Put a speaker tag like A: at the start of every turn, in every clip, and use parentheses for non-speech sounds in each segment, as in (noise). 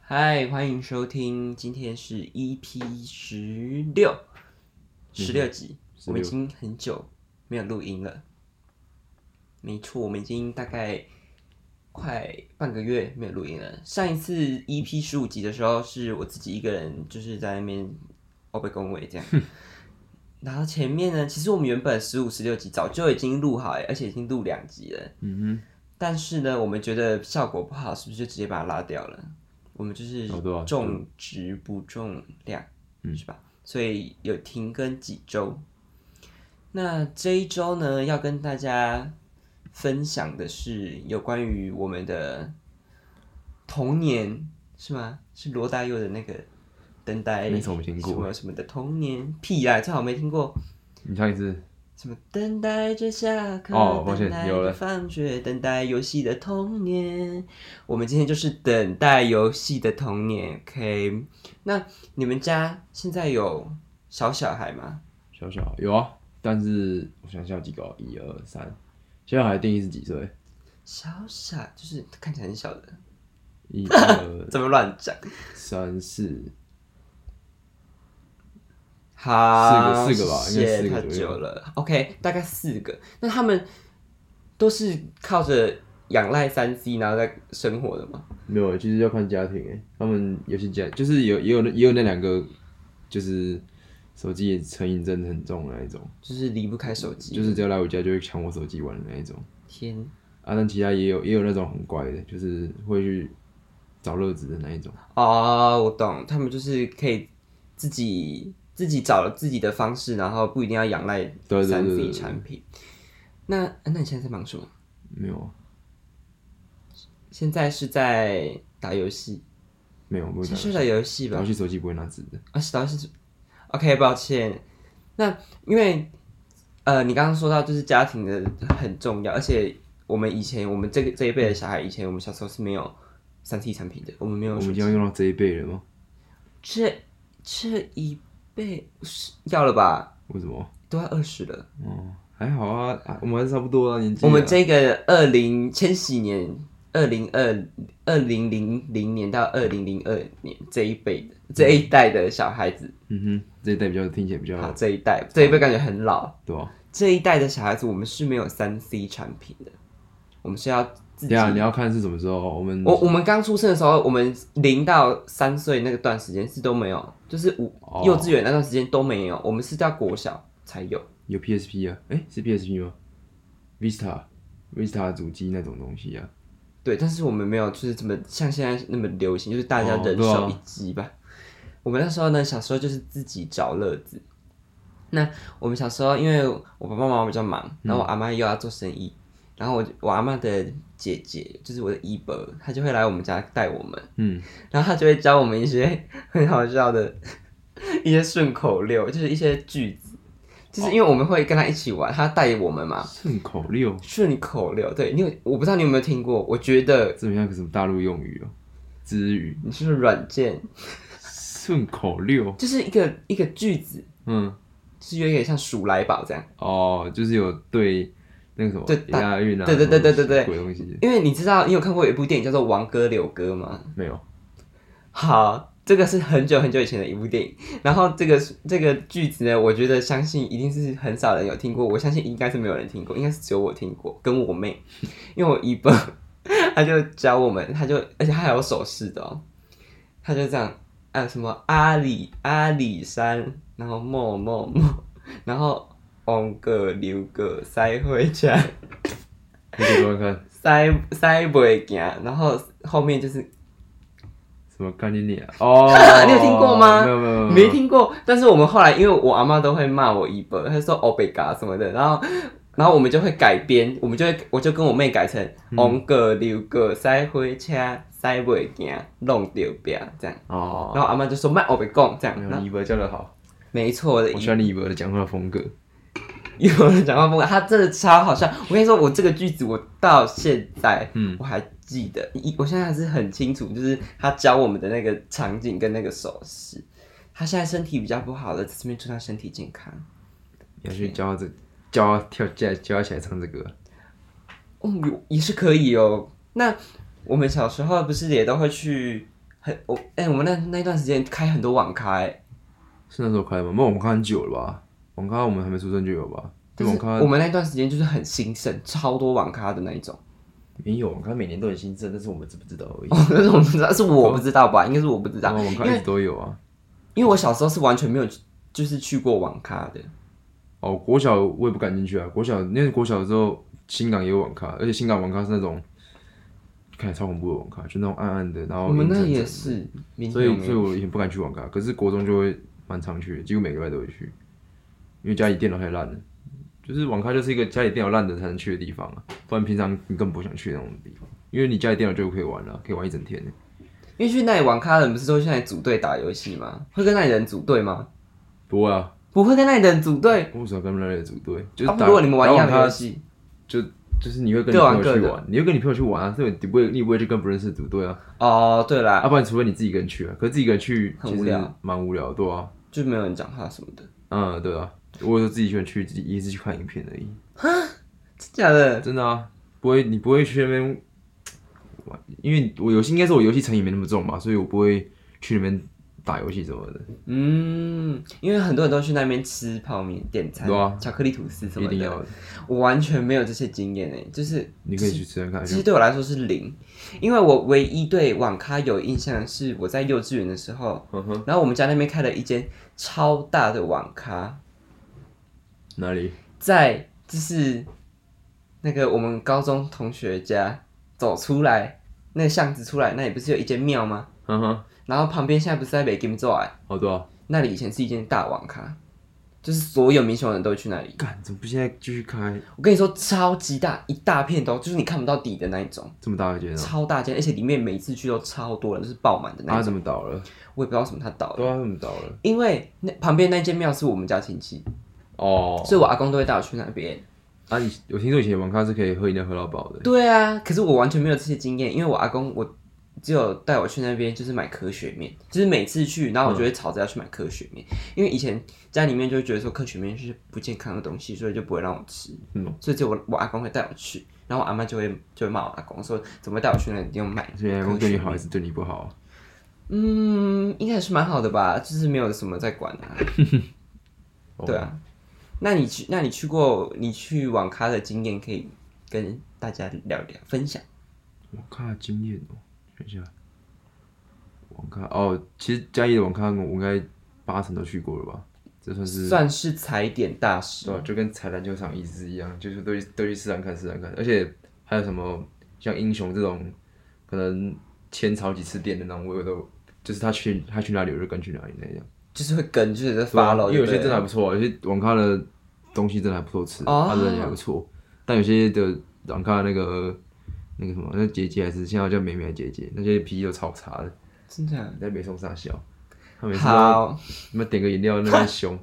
A: 嗨，欢迎收听，今天是 EP 十六，嗯十六集，
B: 16
A: 我们已经很久没有录音了。没错，我们已经大概快半个月没有录音了。上一次 EP 十五集的时候，是我自己一个人，就是在那边欧被恭维这 (laughs) 样。然后前面呢，其实我们原本十五、十六集早就已经录好，而且已经录两集了。
B: 嗯
A: 但是呢，我们觉得效果不好，是不是就直接把它拉掉了？我们就是
B: 哦对啊
A: 重质不重量，是吧？所以有停更几周。那这一周呢，要跟大家分享的是有关于我们的童年，是吗？是罗大佑的那个等待，
B: 没什么听过
A: 什么什么的童年屁啊，最好没听过。
B: 哼，你唱一次，
A: 什么等待着下课，
B: 哦抱歉
A: 等待
B: 有
A: 着
B: 了
A: 放学，等待游戏的童年。我们今天就是等待游戏的童年，OK？那你们家现在有小小孩吗？
B: 小小有啊，但是我想一下有几个哦，一二三，小小孩定义是几岁？
A: 小小就是看起来很小的，
B: 一二
A: 这么乱讲？
B: 三四，
A: 好，
B: 四个四个吧
A: 谢谢
B: 应
A: 太
B: 该四个左右
A: 久了，OK，大概四个。那他们都是靠着仰赖三 C 然后在生活的吗？
B: 没有，其实要看家庭诶，欸他们有些家就是有也有那也有那两个，就是手机成瘾真的很重的那一种，
A: 就是离不开手机，
B: 就是只要来我家就会抢我手机玩的那一种
A: 天
B: 啊，但其他也有也有那种很乖的，就是会去找乐子的那一种，
A: 哦，我懂，他们就是可以自己自己找了自己的方式，然后不一定要仰赖
B: 对对对
A: 三
B: 对
A: C
B: 对
A: 产品。那那你现在在忙什么？
B: 没有啊
A: 现在是在打游戏，
B: 没有，不会
A: 是
B: 打
A: 是打游戏吧？
B: 游戏手机不会拿纸的，
A: 啊，是打游戏。OK，抱歉。那因为呃，你刚刚说到就是家庭的呃很重要，而且我们以前我们这个这一辈的小孩，以前我们小时候是没有三 C 产品的，我们没有
B: 我
A: 手
B: 们
A: 机
B: 就要用到这一辈了吗？
A: 这这一辈是要了吧？
B: 为什么？
A: 都要二十了，
B: 哦，还好啊，啊我们还是差不多啊年纪啊。
A: 我们这个二零千禧年，二零二二零零零年到二零零二年这一辈的这一代的小孩子，
B: 嗯哼，这一代比较听起来比较啊
A: 好这一代这一辈感觉很老，
B: 对吧？
A: 这一代的小孩子我们是没有三 C 产品的，我们是要自己哦
B: 对。啊，你要看是什么时候，我们
A: 我我们刚出生的时候，我们零到三岁那个段时间是都没有，就是五
B: 哦
A: 幼稚园那段时间都没有，我们是到国小才有。
B: 有 PSP 啊，哎，是 PSP 吗？Vista Vista 主机那种东西啊，
A: 对，但是我们没有就是这么像现在那么流行，就是大家
B: 哦
A: 人
B: 对啊
A: 手一机吧。我们那时候呢，小时候就是自己找乐子。那我们小时候，因为我爸爸妈妈比较忙，然后我阿妈又要做生意，然后我我阿妈的姐姐就是我的姨伯，她就会来我们家带我们，
B: 嗯，
A: 然后她就会教我们一些 (laughs) 很好笑的一些顺口溜，就是一些句子，就是因为我们会跟她一起玩，她带我们嘛，
B: 顺口溜，
A: 顺口溜。对你有，我不知道你有没有听过，我觉得
B: 这很像个什么大陆用语哦，之语，
A: 你是不是软件，
B: 顺口溜，
A: 就是一个一个句子，
B: 嗯，
A: 就是有点像数来宝这样。
B: 哦，就是有对那个什么
A: 对大
B: 押韵啊，
A: 对对对对对对
B: 鬼东西
A: 因为你知道，你有看过一部电影叫做《王哥柳哥》吗？
B: 没有，
A: 好，这个是很久很久以前的一部电影。然后这个这个句子呢，我觉得相信一定是很少人有听过，我相信应该是没有人听过，应该是只有我听过，跟我妹，因为我姨伯，他就教我们，他就而且他还有手势的哦，他就这样，啊什么阿里阿里山，然后莫莫莫，然后翁个刘个塞回家。
B: 你给我看
A: 塞塞袂行，啊然后后面就是、，
B: 什么干你脸哦
A: (laughs) 你有听过吗？
B: 没有没有
A: 没听过。但是我们后来，因为我阿妈都会骂我一本，她说欧贝嘎什么的，然后然后我们就会改编，我们就会我就跟我妹改成
B: 嗯
A: 红个六个塞回车塞袂行弄丢边这样，
B: 哦，
A: 然后阿妈就说卖欧贝讲这样，
B: 没
A: 然
B: 有
A: 后
B: 你姨伯教的好，
A: 没错我的
B: 我
A: 姨
B: 喜欢你姨伯的讲话风格。
A: 有人讲话风格，他真的超好笑。我跟你说，我这个句子我到现在，嗯
B: 嗯，
A: 我还记得，一我现在还是很清楚，就是他教我们的那个场景跟那个手势。他现在身体比较不好了，这边祝他身体健康。
B: 你要去教他这，教他跳起来，教他起来唱这个。
A: 哦，有也是可以哦。那我们小时候不是也都会去很我哎、我们那那段时间开很多网咖、哎，
B: 是那时候开的吗？那网咖很久了吧？网咖我们还没出生就有吧？
A: 就
B: 对，
A: 是
B: 网咖
A: 我们那段时间就是很兴盛，超多网咖的那一种。 (laughs)
B: 没有，网咖每年都很兴盛，但是我们知不知道而已。
A: 哦，但是我不知道，是我不知道吧？应该是我不知
B: 然
A: 道，
B: 后网咖一直都有啊。
A: 因为我小时候是完全没有就是去过网咖的。
B: 哦，国小我也不敢进去啊。国小那是国小的时候，新港也有网咖，而且新港网咖是那种，看起来超恐怖的网咖，就那种暗暗哦的，然后
A: 我们
B: 阴
A: 那
B: 沉
A: 也
B: 沉
A: 是，明
B: 所
A: 天我
B: 以，
A: 们
B: 所以我以前不敢去网咖，可是国中就会蛮常去的，几乎每个礼拜都会去，因为家里电脑太烂了。就是网咖就是一个家里电脑烂的才能去的地方啊，不然平常你更不想去那种地方，因为你家里电脑就可以玩了、可以玩一整天。
A: 因为去那里网咖的人不是都会去那里组队打游戏吗？会跟那里人组队吗？
B: 不会啊，
A: 不会跟那里人组队。
B: 我为什么要跟他们那里组队？就是
A: 啊，
B: 打、
A: 不如果你们玩一样
B: 打
A: 的游
B: 网咖，
A: 戏，
B: 就是你会跟你
A: 各玩
B: 朋友去
A: 各的
B: 玩，你会跟你朋友去玩啊，所以你不会，你不会去跟不认识的组队啊，
A: 哦，对啦，
B: 要、不然除非你自己一个人去啊，可是自己一个人去
A: 很
B: 其
A: 无
B: 实
A: 聊
B: 蛮无聊的，对啊，
A: 就没有人讲话什么的，
B: 嗯，对啊，我有时候自己喜欢去，自己一直去看影片而已。
A: 真假的？
B: 真的啊，不会，你不会去那边玩，因为我游戏应该是我游戏成瘾没那么重嘛，所以我不会去那边打游戏什么的，
A: 嗯，因为很多人都去那边吃泡面、点餐、
B: 对啊
A: 巧克力吐司什
B: 一
A: 么
B: 定
A: 的，
B: 要的。
A: 我完全没有这些经验诶，就是
B: 你可以去吃看看，
A: 其实对我来说是零，因为我唯一对网咖有印象是我在幼稚园的时候，
B: 嗯哼，
A: 然后我们家那边开了一间超大的网咖，
B: 哪里？
A: 在就是那个我们高中同学家走出来那个巷子出来，那里不是有一间庙吗？
B: 嗯哼，
A: 然后旁边现在不是在北京做啊，
B: 好多啊，
A: 那里以前是一间大网咖，就是所有民雄人都会去那里。
B: 干，怎么不现在继续开
A: 我跟你说，超级大，一大片都就是你看不到底的那一种，
B: 这么大的街呢？
A: 超大间，而且里面每次去都超多人，就是爆满的那一
B: 啊，
A: 种。
B: 怎么倒了？
A: 我也不知道为什么它倒了，
B: 对啊，怎么倒了？
A: 因为那旁边那间庙是我们家亲戚，
B: 哦，
A: 所以我阿公都会带我去那边。
B: 啊，你我听说以前网咖是可以喝饮料喝到饱的，
A: 对啊，可是我完全没有这些经验，因为我阿公我只有带我去那边就是买科学面，就是每次去，然后我就会吵着要去买科学面，因为以前家里面就会觉得说科学面是不健康的东西，所以就不会让我吃，
B: 嗯，
A: 所以只有我我阿公会带我去，然后我阿妈就会就会骂我阿公说怎么带我去那里地方买
B: 所以员工
A: 科
B: 对啊
A: 学
B: 你好还
A: 面？
B: 是对你不好啊？
A: 嗯，应该还是蛮好的吧，就是没有什么在管啊。
B: 哦
A: 对，啊，那你去，那你去过，你去网咖的经验可以跟大家聊聊分享。
B: 网咖的经验哦，等一下，网咖哦，其实嘉义的网咖我应该八成都去过了吧？这算是
A: 算是踩点大师，
B: 对啊、就跟踩篮球场意思一样，就是都去都去试探看试探看，而且还有什么像英雄这种可能签好几次店的那种，我有都就是他去他去哪里我就跟去哪里那样。
A: 就是会跟，就是在
B: 对啊
A: 发了，
B: 因为有些真的还不错啊，有些网咖的东西真的还不错吃，
A: 哦
B: 它人也还不错。但有些的网咖的那个那个什么，那姐姐还是现在叫美美的姐姐，那些脾气都超差的，啊
A: 真的啊
B: 那没送上笑。他每次都
A: 好。
B: 他妈点个饮料那边凶，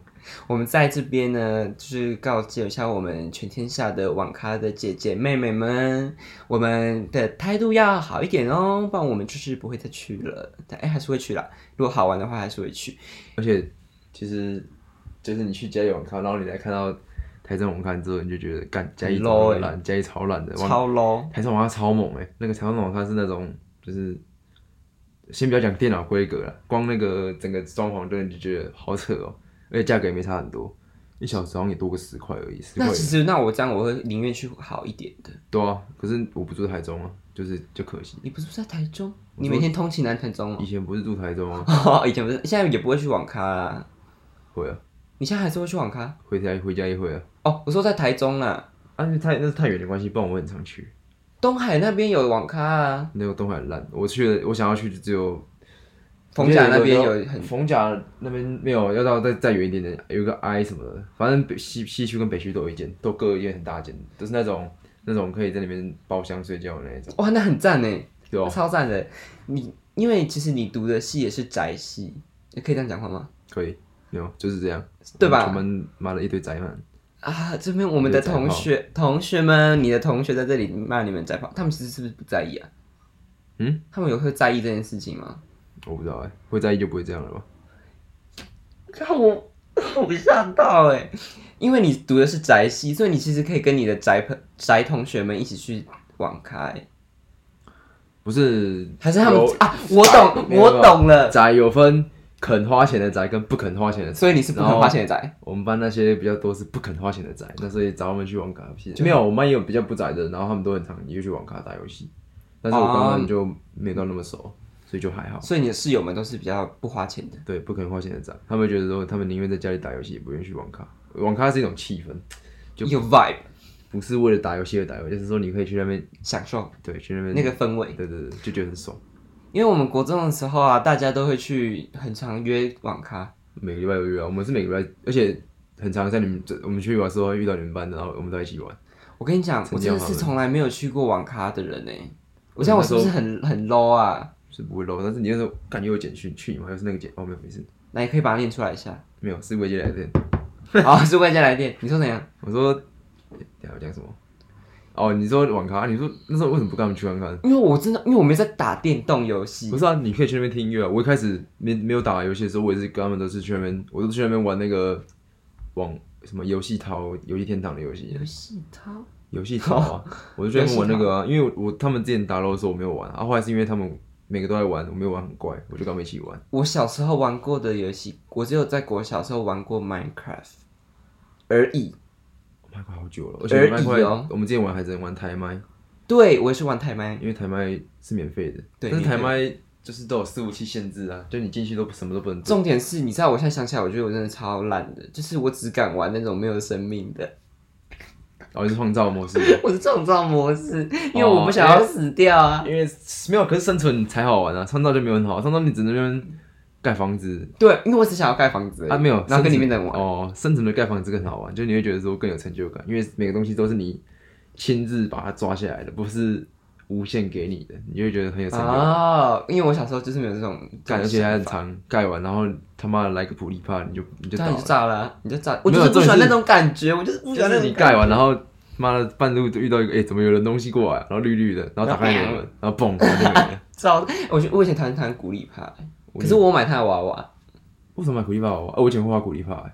A: 我们在这边呢，就是告诫一下我们全天下的网咖的姐姐妹妹们，我们的态度要好一点哦，不然我们就是不会再去了。但哎、还是会去啦，如果好玩的话还是会去。
B: 而且其实就是你去嘉义网咖，然后你再看到台中网咖之后，你就觉得干嘉义怎么那么烂，嘉义超烂的，网
A: 超 low，
B: 台中网咖超猛哎、那个台中网咖是那种就是，先不要讲电脑规格了，光那个整个装潢真的就觉得好扯哦、而且价格也没差很多，一小时好像也多个十块而已，十块
A: 那其实那我这样我会宁愿去好一点的。
B: 对啊。可是我不住台中啊，就是就可惜，
A: 你不是在台中？你每天通勤来台中
B: 以前不是住台中啊，
A: 哦？ (laughs) 以前不是，现在也不会去网咖啦。
B: 会啊，
A: 你现在还是会去网咖？
B: 回家回家也会啊，
A: 哦，我说在台中啦，
B: 啊，因为太那是太远的关系，不然我很常去。
A: 东海那边有网咖啊，
B: 那个东海很烂，我去了，我想要去只有
A: 逢甲那边有很
B: 逢甲那边没有，要到再再远一点点，有一个 I 什么的，反正北西西区跟北区都有一间，都各一间很大间，都是那种那种可以在里面包厢睡觉的那一种，
A: 哇，那很赞呢，
B: 对吧？
A: 超赞的。你因为其实你读的系也是宅系，可以这样讲话吗？
B: 可以，没有，就是这样，
A: 对吧
B: 我们妈的一堆宅男，
A: 啊，这边我们的同学同学们，你的同学在这里骂你们宅炮，他们其实是不是不在意啊？
B: 嗯，
A: 他们有会在意这件事情吗？
B: 我不知道哎、会在意就不会这样了吧？
A: 看我，我吓到哎、因为你读的是宅系，所以你其实可以跟你的宅朋宅同学们一起去网咖、欸。
B: 不不是
A: 还是他们
B: 有
A: 啊？我懂，
B: 没有
A: 我懂了。
B: 宅有分肯花钱的宅跟不肯花钱的宅，
A: 所以你是不肯
B: 然后
A: 花钱的宅，
B: 我们班那些比较多是不肯花钱的宅，那所以找他们去网咖屁。没有，我们班也有比较不宅的，然后他们都很常也去网咖打游戏，但是我跟他们就没有到那么熟，所以就还好。
A: 所以你的室友们都是比较不花钱的。
B: 对，不肯花钱的宅，他们觉得说他们宁愿在家里打游戏，也不愿意去网咖。网咖是一种气氛，就
A: 有 vibe
B: 不是为了打游戏而打游戏，就是说你可以去那边，
A: 享受
B: 对，去那边
A: 那个氛围，
B: 对对对，就觉得很爽。
A: 因为我们国中的时候啊，大家都会去很常约网咖，
B: 每个礼拜都约啊，我们是每个礼拜，而且很常在你们这我们去玩的时候会遇到你们班的，然后我们都一起玩。
A: 我跟你讲，
B: 曾
A: 我
B: 经
A: 真的是从来没有去过网咖的人呢、欸我这样我是不是很很 low 啊？
B: 是不会漏，但是你那时候感觉有简讯去你吗？又是那个简哦，没有没事，
A: 那你可以把它念出来一下。
B: 没有是未接来电。
A: 好，是外界来电，你说怎样？
B: 我说，哎等一下我讲什么？哦，你说网咖，你说那时候为什么不跟他们去看看？
A: 因为我真的，因为我没在打电动游戏
B: 不，是啊，你可以去那边听音乐啊。我一开始没没有打游戏的时候，我也是跟他们都是去那边，我都去那边玩那个网什么游戏淘、游戏天堂的游戏。
A: 游戏它
B: 游戏淘啊，我就专门玩那个啊，因为我我他们之前打 LO 的时候我没有玩啊，啊后来是因为他们每个都在玩，我没有玩很怪，我就跟他们一起玩。
A: 我小时候玩过的游戏，我只有在国小的时候玩过 Minecraft 而已。
B: 麦块好久了，而
A: 而
B: 且
A: 已
B: 麦块、
A: 哦
B: 我们之前玩还只能玩台麦，
A: 对，我也是玩台麦，
B: 因为台麦是免费的，
A: 对
B: 但是
A: 免
B: 台
A: 费
B: 麦就是都有伺服器限制啊，就你进去都什么都不能做。
A: 重点是，你知道我现在想起来，我觉得我真的超烂的，就是我只敢玩那种没有生命的，
B: 哦，你是创造模式，
A: 我是创造模式，因为我不想要死掉啊。
B: (laughs) 因为没有，可是生存才好玩啊，创造就没有很好，创造你只能在那边盖房子
A: 对，因为我只想要盖房子而已
B: 啊，没有，
A: 然后跟里面的人玩。
B: 生存哦，生存的盖房子更好玩，就你会觉得说更有成就感，因为每个东西都是你亲自把它抓下来的，不是无限给你的，你就会觉得很有成就感。
A: 哦，因为我小时候就是没有这种
B: 盖，
A: 感
B: 而
A: 觉
B: 且，还很长，盖完然后他妈的来个普利帕，你就你就倒
A: 那
B: 了
A: 你就。炸了啊，你就炸，我
B: 没
A: 就
B: 有
A: 是不喜欢
B: 重点
A: 那
B: 是
A: 种感觉，我就是不喜
B: 就
A: 欢那
B: 是
A: 种
B: 你盖完，
A: 感觉
B: 然后妈的半路就遇到一个，哎、怎么有人东西过来，然后绿绿的，然后打开你
A: (laughs)
B: 的门，然后嘣，然后就没了。
A: 糟。我就我以前弹弹古力怕，
B: 我
A: 可是我有买他的娃娃，
B: 为什么买古力帕娃娃？哦我以前会画古力帕、欸，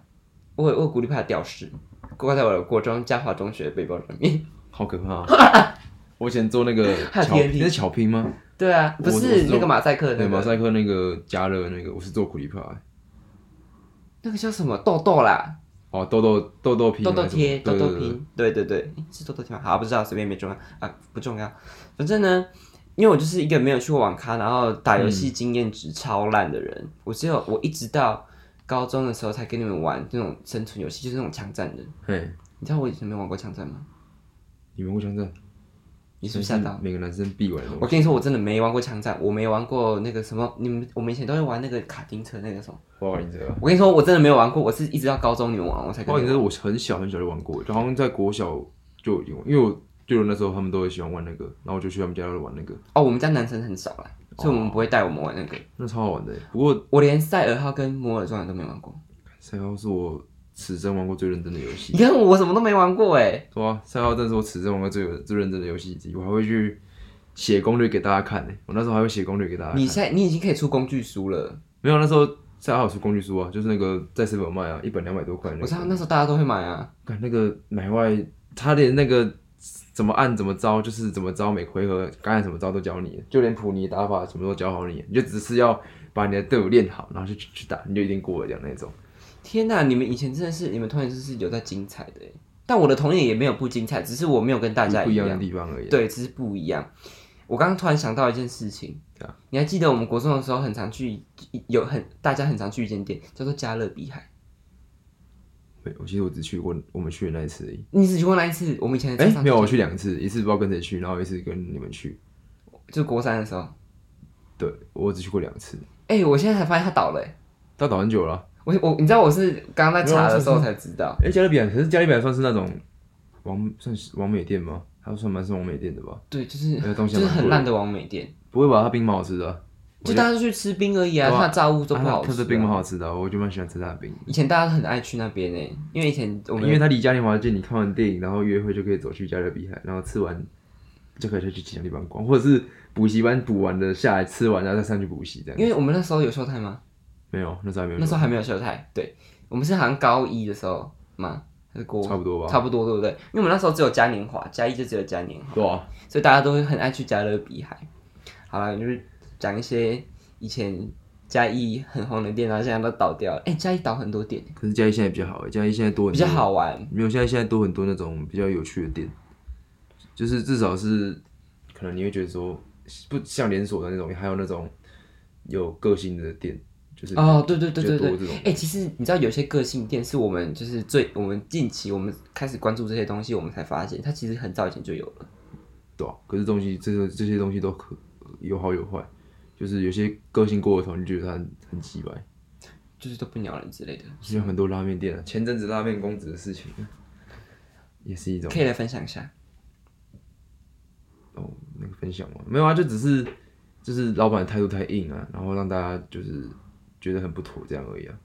A: 我有我有古力怕的吊饰，挂在我的国中嘉华中学的背包里面。
B: 好可怕、啊！
A: (laughs)
B: 我以前做那个
A: 还有
B: 巧，
A: TNT
B: 那是巧拼吗？
A: 对啊，
B: 我
A: 不
B: 我
A: 是
B: 是
A: 那个马赛克
B: 对，
A: 的那
B: 马
A: 个，
B: 赛克那个加热那个，我是做苦力怕、欸。
A: 那个叫什么豆豆啦，
B: 哦，豆豆豆豆拼，
A: 豆豆贴、
B: 对
A: 豆豆
B: 对对对
A: 拼，对对对，诶是豆豆贴吗？好，不知道，随便没重要啊，不重要。反正呢，因为我就是一个没有去过网咖，然后打游戏经验值超烂的人，我只有我一直到高中的时候才跟你们玩那种生存游戏，就是那种枪战的。
B: 嘿，
A: 你知道我以前没有玩过枪战吗？
B: 你们互相战，
A: 你是不是吓到？
B: 每个男生必玩的东西。
A: 我跟你说，我真的没玩过枪战，我没玩过那个什么，你们我们以前都会玩那个卡丁车那个什么。
B: 花果银车，
A: 我跟你说，我真的没有玩过，我是一直到高中你们玩我才跟
B: 花果
A: 哦你
B: 银
A: 们
B: 车我很小很小就玩过，就好像在国小就有，因为我就那时候他们都会喜欢玩那个，然后我就去他们家玩那个，
A: 哦，我们家男生很少啦，所以我们不会带我们玩那个。
B: 那超好玩的欸。不过
A: 我连塞尔号跟摩尔庄园都没玩过。
B: 赛号是我此生玩过最认真的游戏
A: 你，看我什么都没玩过哎、
B: 对啊，赛号真是我此生玩过最有最认真的游戏之一，我还会去写攻略给大家看呢。我那时候还会写攻略给大家看。
A: 你现在你已经可以出工具书了，
B: 没有，那时候赛号有出工具书啊，就是那个在 s e v 卖啊，一本两百多块那个。
A: 我知道那时候大家都会买啊。
B: 看那个买外，他连那个怎么按怎么招，就是怎么招，每回合该按什么招都教你，就连普尼打法什么都教好你，你就只是要把你的队伍练好，然后去去去打，你就一定过了这样那种。
A: 天呐，你们以前真的是你们童年就是有在精彩的、欸，但我的童年也没有不精彩，只是我没有跟大家
B: 不一
A: 一
B: 样的
A: 样。
B: 地方而已。
A: 对，只是不一样。我刚刚突然想到一件事情
B: 对，啊
A: 你还记得我们国中的时候很常去有很大家很常去一间店叫做加勒比海，
B: 没有，我其实我只去过我们去的那一次而已。
A: 你只去过那一次？我们以前
B: 哎、
A: 常
B: 没有，我去两次，一次不知道跟谁去，然后一次跟你们去。
A: 就国三的时候。
B: 对我只去过两次，
A: 哎、我现在才发现它倒了、欸，
B: 但打很久了啊。
A: 我我你知道我是刚刚在查的时候才知道。
B: 哎、加勒比海，可是加勒比海算是那种王算是王美店吗？它算蛮是王美店的吧？
A: 对，就是
B: 那个
A: 就
B: 东西还
A: 是
B: 蛮
A: 很
B: 贵的
A: 烂的王美店，
B: 不会吧？它冰蛮好吃的啊、
A: 就大家都去吃冰而已啊，
B: 对啊
A: 它的炸物都不好
B: 它
A: 吃、
B: 的冰蛮好吃的啊，我就蛮喜欢吃它的冰。
A: 以前大家都很爱去那边呢、欸因为以前我们
B: 因为它离嘉年华近，你看完电影然后约会就可以走去加勒比海，然后吃完就可以再去其他地方逛，或者是补习班补完的下来吃完，然后再上去补习这样。
A: 因为我们那时候有秀泰吗？
B: 没有，那时候还没有，
A: 那时候还没有秀泰，对，我们是好像高一的时候嘛，还是高
B: 差不多啊吧？
A: 差不多对不对？因为我们那时候只有嘉年华，嘉一就只有嘉年华，
B: 对啊，
A: 所以大家都会很爱去加勒比海。好了，就是讲一些以前嘉义很红的店，然后现在都倒掉了。哎、嘉义倒很多店，
B: 可是嘉义现在比较好，欸嘉义现在多很
A: 比
B: 多
A: 较好玩。
B: 没有，现在现在多很多那种比较有趣的店，就是至少是可能你会觉得说不像连锁的那种，还有那种有个性的店，就是
A: 哦，对对对对
B: 比较
A: 对
B: 多这种，
A: 哎、其实你知道有些个性店是我们就是最我们近期我们开始关注这些东西，我们才发现它其实很早以前就有了。
B: 对、啊、可是东西这个这些东西都可有好有坏，就是有些个性过了头，你觉得它很很鸡掰。
A: 就是都不鸟人之类的，
B: 有很多拉面店啊，前阵子拉面公子的事情也是一种
A: 可以来分享一下。
B: 哦，那个分享嘛，没有啊，就只是就是老板的态度太硬啊，然后让大家就是觉得很不妥这样而已啊，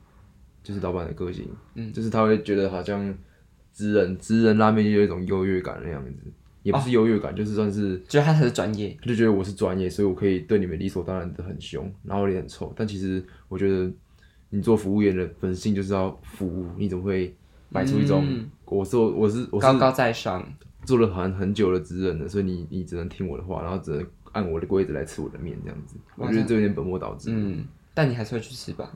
B: 就是老板的个性，嗯，就是他会觉得好像知人知人拉面就有一种优越感那样子，也不是优越感，就是算是
A: 就是他才是专业，
B: 他就觉得我是专业，所以我可以对你们理所当然的很凶，然后脸很臭，但其实我觉得你做服务员的本性就是要服务，你怎么会摆出一种、我是我是我是
A: 高高在上。
B: 做了好像很久的职人了，所以你你只能听我的话，然后只能按我的规则来吃我的面这样子。我觉得这有点本末倒置，
A: 嗯，但你还是会去吃吧？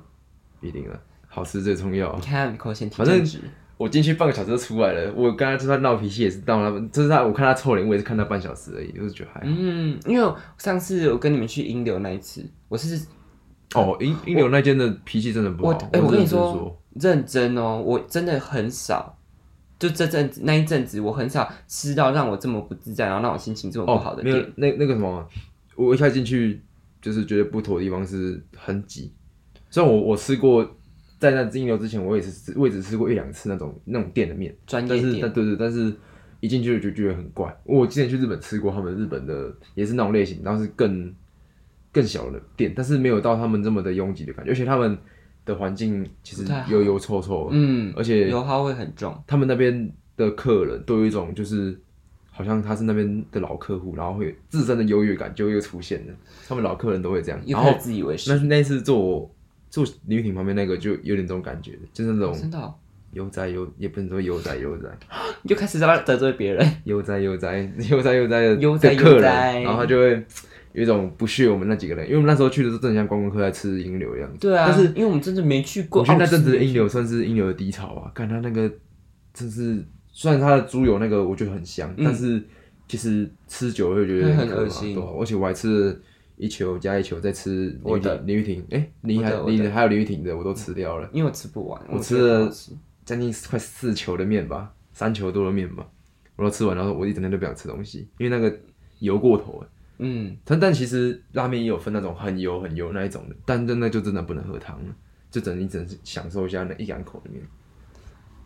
B: 必定啊，好吃最重要啊
A: 你。看口嫌体
B: 反正
A: 正直，
B: 我进去半个小时就出来了，我刚才就算闹脾气也是闹他，就是他我看他臭脸，我也是看他半小时而已，就是觉得还
A: 嗯，因为上次我跟你们去英流那一次，我是
B: 哦，英英流那间的脾气真的不
A: 我
B: 好，哦
A: 哎、我跟
B: 真的
A: 你
B: 是说，
A: 说，认真哦，我真的很少，就这阵子那一阵子，我很少吃到让我这么不自在，然后让我心情这么不好
B: 哦，
A: 的
B: 没
A: 店。
B: 有那那个什么，我一下进去就是觉得不妥的地方是很挤，虽然我我吃过。在那英流之前，我也是吃，我也只吃过一两次那种那种店的面，
A: 专
B: 但
A: 业
B: 是
A: 店
B: 但对对，但是一进去就觉得很怪。我之前去日本吃过他们日本的，也是那种类型，然后是更更小的店，但是没有到他们这么的拥挤的感觉，而且他们的环境其实
A: 不太好
B: 油油臭臭的，
A: 嗯，
B: 而且
A: 油耗会很重，
B: 他们那边的客人都有一种就是。好像他是那边的老客户，然后会有自身的优越感就又出现了。他们老客人都会这样，
A: 又
B: 然
A: 开
B: 后
A: 始自以为是，
B: 那那次坐我坐李玉婷旁边那个就有点这种感觉，就是那种
A: 真的、哦，
B: 悠哉悠，也不能说悠哉悠哉，
A: 你就开始在得罪别人，
B: 悠哉悠哉 (laughs) 悠哉悠哉的
A: 悠哉
B: 的客
A: 悠
B: 人，
A: 哉
B: 然后他就会有一种不屑我们那几个人，因为我们那时候去的时候真的像观光客在吃英流一样。
A: (laughs) 对啊，
B: 但是
A: 因为我们真的没去过，
B: 我觉得那阵子
A: 哦
B: 的英流算是英流的低潮啊，看他那个真是，虽然他的猪油那个我觉得很香，
A: 嗯
B: 但是其实吃久了会觉得有点
A: 会很
B: 渴嘛
A: 恶心
B: 对啊而且我还吃了一球加一球，再吃林
A: 我
B: 玉
A: 的
B: 婷，林玉婷，哎，你
A: 我
B: 还
A: 的我的
B: 你还有林玉婷的我都吃掉了，
A: 因为我吃不完，
B: 我
A: 觉得
B: 吃了
A: 不好吃嗯
B: 将近快四球的面吧，三球多的面吧，我都吃完，然后我一整天都不想吃东西，因为那个油过头了。
A: 嗯，
B: 但但其实拉面也有分那种很油很油那一种的，但真的就真的不能喝汤了，就只能你只能享受一下那一两口里面。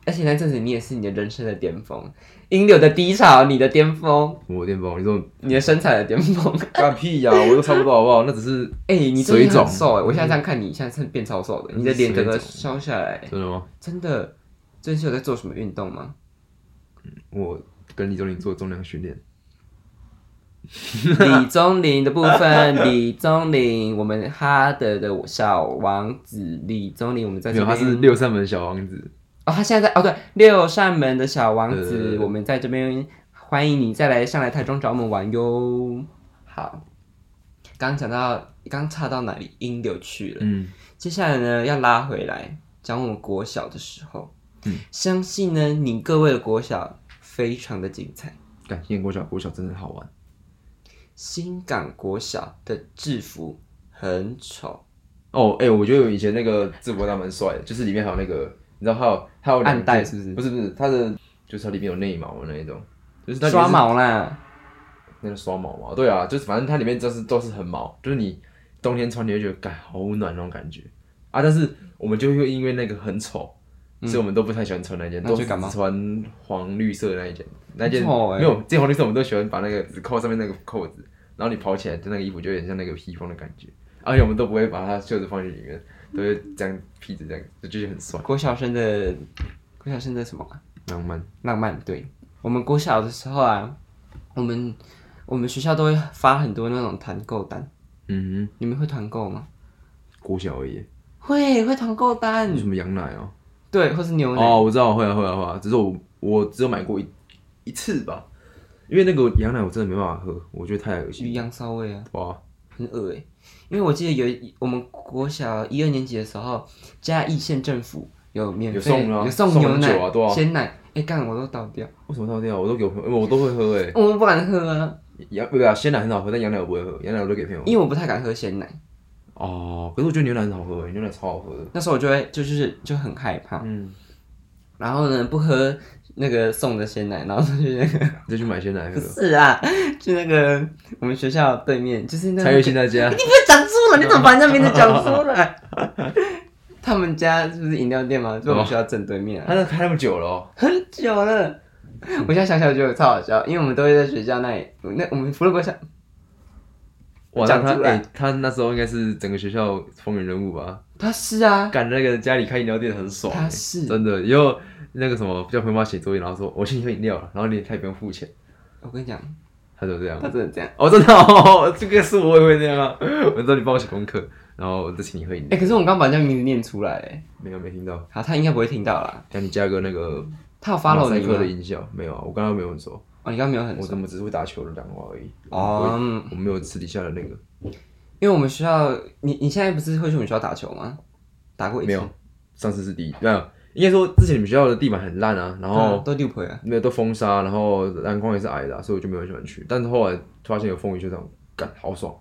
A: 而且那阵子你也是你的人生的巅峰，英流的低潮，你的巅峰，
B: 我电包，你说
A: 你的身材的巅峰，
B: (laughs) 干屁呀、我都差不多好不好？那只是
A: 哎、你最近
B: 水肿嗯
A: 很瘦哎、我现在这样看你，现在真的变超瘦的，你的脸整个消下来、
B: (laughs) 真的吗？
A: 真的。最近是有在做什么运动吗？
B: 我跟李周林做重量训练， (laughs)
A: 李宗霖的部分，李宗霖，我们哈德的小王子李宗霖，我们在
B: 没
A: 这
B: 有，
A: 边
B: 他是六扇门小王子，
A: 哦，他现在在哦，对，六扇门的小王
B: 对对
A: 子，
B: 对
A: 我们在这边欢迎你再来上来台中找我们玩哟。好，刚讲到刚岔到哪里？英流去了，
B: 嗯，
A: 接下来呢要拉回来讲我们国小的时候。
B: 嗯
A: 相信呢你各位的国小非常的精彩。
B: 感谢国小，国小真的好玩，
A: 新港国小的制服很丑，
B: 哦，哎、我觉得有以前那个智博大蛮帅的，就是里面还有那个，你知道还有还有两
A: 暗带
B: 件
A: 是不是
B: 不是不是，它的就是它里面有内毛的那一种，就是它里面
A: 刷
B: 是
A: 毛啦。
B: 那个刷毛嘛，对啊，就是反正它里面就是都是很毛，就是你冬天穿你会觉得，感好温暖那种感觉啊。但是我们就会因为那个很丑，所以我们都不太喜欢穿那件，
A: 嗯那
B: 都
A: 就
B: 只
A: 干嘛
B: 穿黄绿色的那一件，那件
A: 很丑欸
B: 没有，这黄绿色我们都喜欢把那个只扣上面那个扣子，然后你跑起来的那个衣服就有点像那个披风的感觉，而且我们都不会把它袖子放进里面，都会这样披着这样，就觉得很帅，
A: 国小生的国小生的什么啊？
B: 浪漫。
A: 浪漫。对，我们国小的时候啊，我们我们学校都会发很多那种团购单，
B: 嗯
A: 你们会团购吗？
B: 哼，国小而已，
A: 会会团购单，
B: 有什么羊奶哦、
A: 对，或是牛奶。
B: 哦，我知道，会啊会啊会啊，只是我我只有买过一一次吧，因为那个羊奶我真的没办法喝，我觉得太恶
A: 鱼
B: 心。
A: 羊骚味啊，
B: 哇，
A: 很恶诶、因为我记得有一我们国小一二年级的时候，嘉义县政府有免费
B: 有送啊送
A: 牛奶、
B: 很久啊对啊
A: 鲜奶，哎、干我都倒掉，
B: 为什么倒掉？我都给我朋友，我都会喝哎、
A: 我不敢喝啊，
B: 羊对啊，鲜奶很好喝，但羊奶我不会喝，羊奶我都给朋友喝。
A: 因为我不太敢喝鲜奶，
B: 哦，可是我觉得牛奶很好喝、欸，牛奶超好喝的。
A: 那时候我就会就就是就很害怕，
B: 嗯，
A: 然后呢不喝那个送的鲜奶，然后就去那个
B: 再去买鲜奶
A: 不
B: 喝。
A: 是啊，去那个我们学校对面就是那
B: 蔡
A: 个
B: 月。欣在家
A: 你， (laughs) 不要讲出来，你怎么把人家名字讲出来？ (laughs) 他们家是不是饮料店嘛？就我们学校正对面啊、
B: 他那开那么久了、哦，
A: 很久了。我现在想想觉得超好笑，因为我们都会在学校那里，那我们福禄国小
B: 哇，那
A: 讲
B: 他
A: 出
B: 哎、
A: 来
B: 他那时候应该是整个学校风云人物吧？
A: 他是啊，
B: 干那个家里开饮料店很爽、欸，
A: 他是
B: 真的。以后那个什么叫朋友帮他写作业，然后说我请你喝饮料了，然后连他也不用付钱，
A: 我跟你讲，
B: 他就这样
A: 他。真的这样。
B: 哦，真的哦，这个是我也会这样啊。我知道你帮我写功课，然后我再请你喝饮
A: 哎、
B: 料。
A: 可是我们刚把人家名字念出来，哎，
B: 没有没听到，
A: 好，他应该不会听到啦。
B: 让你加个那个
A: 他有
B: 马
A: follow
B: 赛
A: 你
B: 克的
A: 吗？
B: 音效。没有啊，我刚刚没有很熟，
A: 哦，你刚刚没有很
B: 我
A: 熟
B: 怎，么只是会打球的讲话而已。
A: 哦
B: 我不会我没有私底下的那个，
A: 因为我们学校，你你现在不是会去我们学校打球吗？打过一次
B: 没有。上次是第一，没有，应该说之前你们学校的地板很烂啊，然
A: 哦，
B: 后
A: 都六回啊，
B: 没有都风沙，然后篮筐也是矮的啊、所以我就没有很喜欢去。但是后来发现有风雨球场，干好爽，